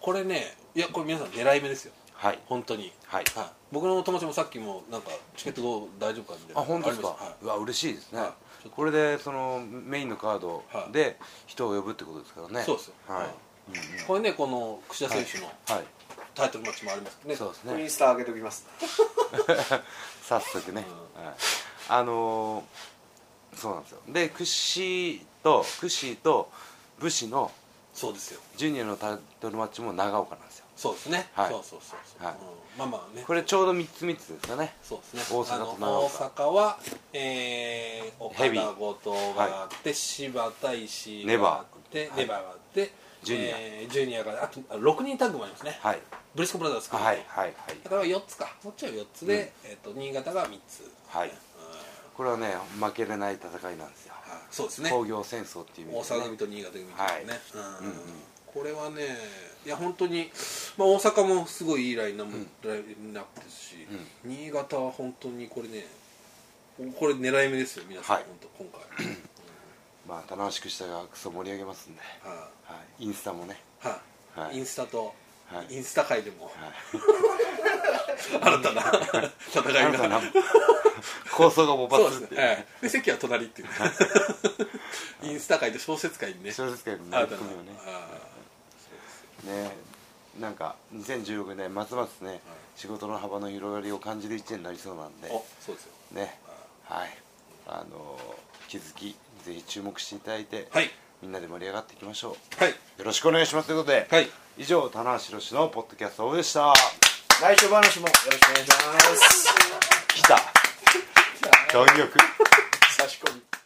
Speaker 2: これねいやこれ皆さん狙い目ですよ
Speaker 1: はい
Speaker 2: 本当に
Speaker 1: はい
Speaker 2: 僕の友達もさっきもなんかチケットどう大丈夫かみたいな
Speaker 1: あ本当ですか
Speaker 2: ありましたはいう
Speaker 1: わ嬉しいですね
Speaker 2: はいちょっと
Speaker 1: これでそのメインのカードで人を呼ぶってことですからね
Speaker 2: そうですよ
Speaker 1: は
Speaker 2: はい
Speaker 1: いうんうん
Speaker 2: これねこの櫛田選手の
Speaker 1: はい
Speaker 2: タイトルマッチもありますね
Speaker 1: そうです
Speaker 3: イ
Speaker 1: ね
Speaker 3: ンスタ上げておきます
Speaker 1: 早速ねはいあのーそうなんですよでクッシーとクッシーと武士の
Speaker 2: そうですよ
Speaker 1: ジュニアのタイトルマッチも長岡なんですよ
Speaker 2: そうですね、
Speaker 1: はい
Speaker 2: そうそうそうそう、
Speaker 1: はい
Speaker 2: うんまあまあね
Speaker 1: これちょうど3つ3つですよね
Speaker 2: そうですね
Speaker 1: 大阪と
Speaker 2: あの
Speaker 1: 長
Speaker 2: 大
Speaker 1: 岡
Speaker 2: 阪は、えー、岡
Speaker 1: ヘビ
Speaker 2: 田後藤があって、柴田石
Speaker 1: ネ
Speaker 2: があ
Speaker 1: バ
Speaker 2: ってネバーがあって
Speaker 1: ジュニア
Speaker 2: えージュニアがあとあ6人タッグもありますね、
Speaker 1: はい
Speaker 2: ブリスコブラザーズ
Speaker 1: あ
Speaker 2: 組んで
Speaker 1: はいはいはい
Speaker 2: だから4つかこっちは4つで、えっと新潟が3つ
Speaker 1: はい
Speaker 2: うん
Speaker 1: これはね負けれない戦いなんですよ
Speaker 2: あそうですね
Speaker 1: 工業戦争っていう意
Speaker 2: 大
Speaker 1: 味で
Speaker 2: 阪
Speaker 1: ね
Speaker 2: 組と新潟組とね、うん
Speaker 1: うんうん
Speaker 2: これはねいや本当にまあ大阪もすごいいいラインナップラインナップですし、新潟は本当にこれねこれ狙い目ですよ皆さん、
Speaker 1: はい
Speaker 2: 本当今回うん
Speaker 1: まあ楽しくしたがクソ盛り上げますんで、
Speaker 2: (clears throat) は
Speaker 1: はい、インスタもね、
Speaker 2: いは
Speaker 1: はい
Speaker 2: いインスタと、
Speaker 1: はい
Speaker 2: インスタ界でも、
Speaker 1: はい、
Speaker 2: 新 (laughs) たな戦い
Speaker 1: 新たな
Speaker 2: が
Speaker 1: 構想が勃
Speaker 2: そう
Speaker 1: 発
Speaker 2: で
Speaker 1: するって、
Speaker 2: すね
Speaker 1: いう
Speaker 2: ええで席は隣っていうね (laughs) インスタ界と小説界にね
Speaker 1: 小説界の
Speaker 2: 新
Speaker 1: 乗り
Speaker 2: たな
Speaker 1: 込みをね
Speaker 2: あ
Speaker 1: ねなんか2016年ますますね、仕事の幅の広がりを感じる一年になりそうなんで
Speaker 2: あおそうですよ
Speaker 1: ねはいあのー気づきぜひ注目していただいて、
Speaker 2: はい
Speaker 1: みんなで盛り上がっていきましょ
Speaker 2: はいう
Speaker 1: よろしくお願いしますということで、
Speaker 2: はい
Speaker 1: 以上棚橋宏のポッドキャストオフでした
Speaker 3: 来週話もよろし
Speaker 1: (laughs)
Speaker 3: くお願いします
Speaker 1: 来た貪欲
Speaker 3: 差し込み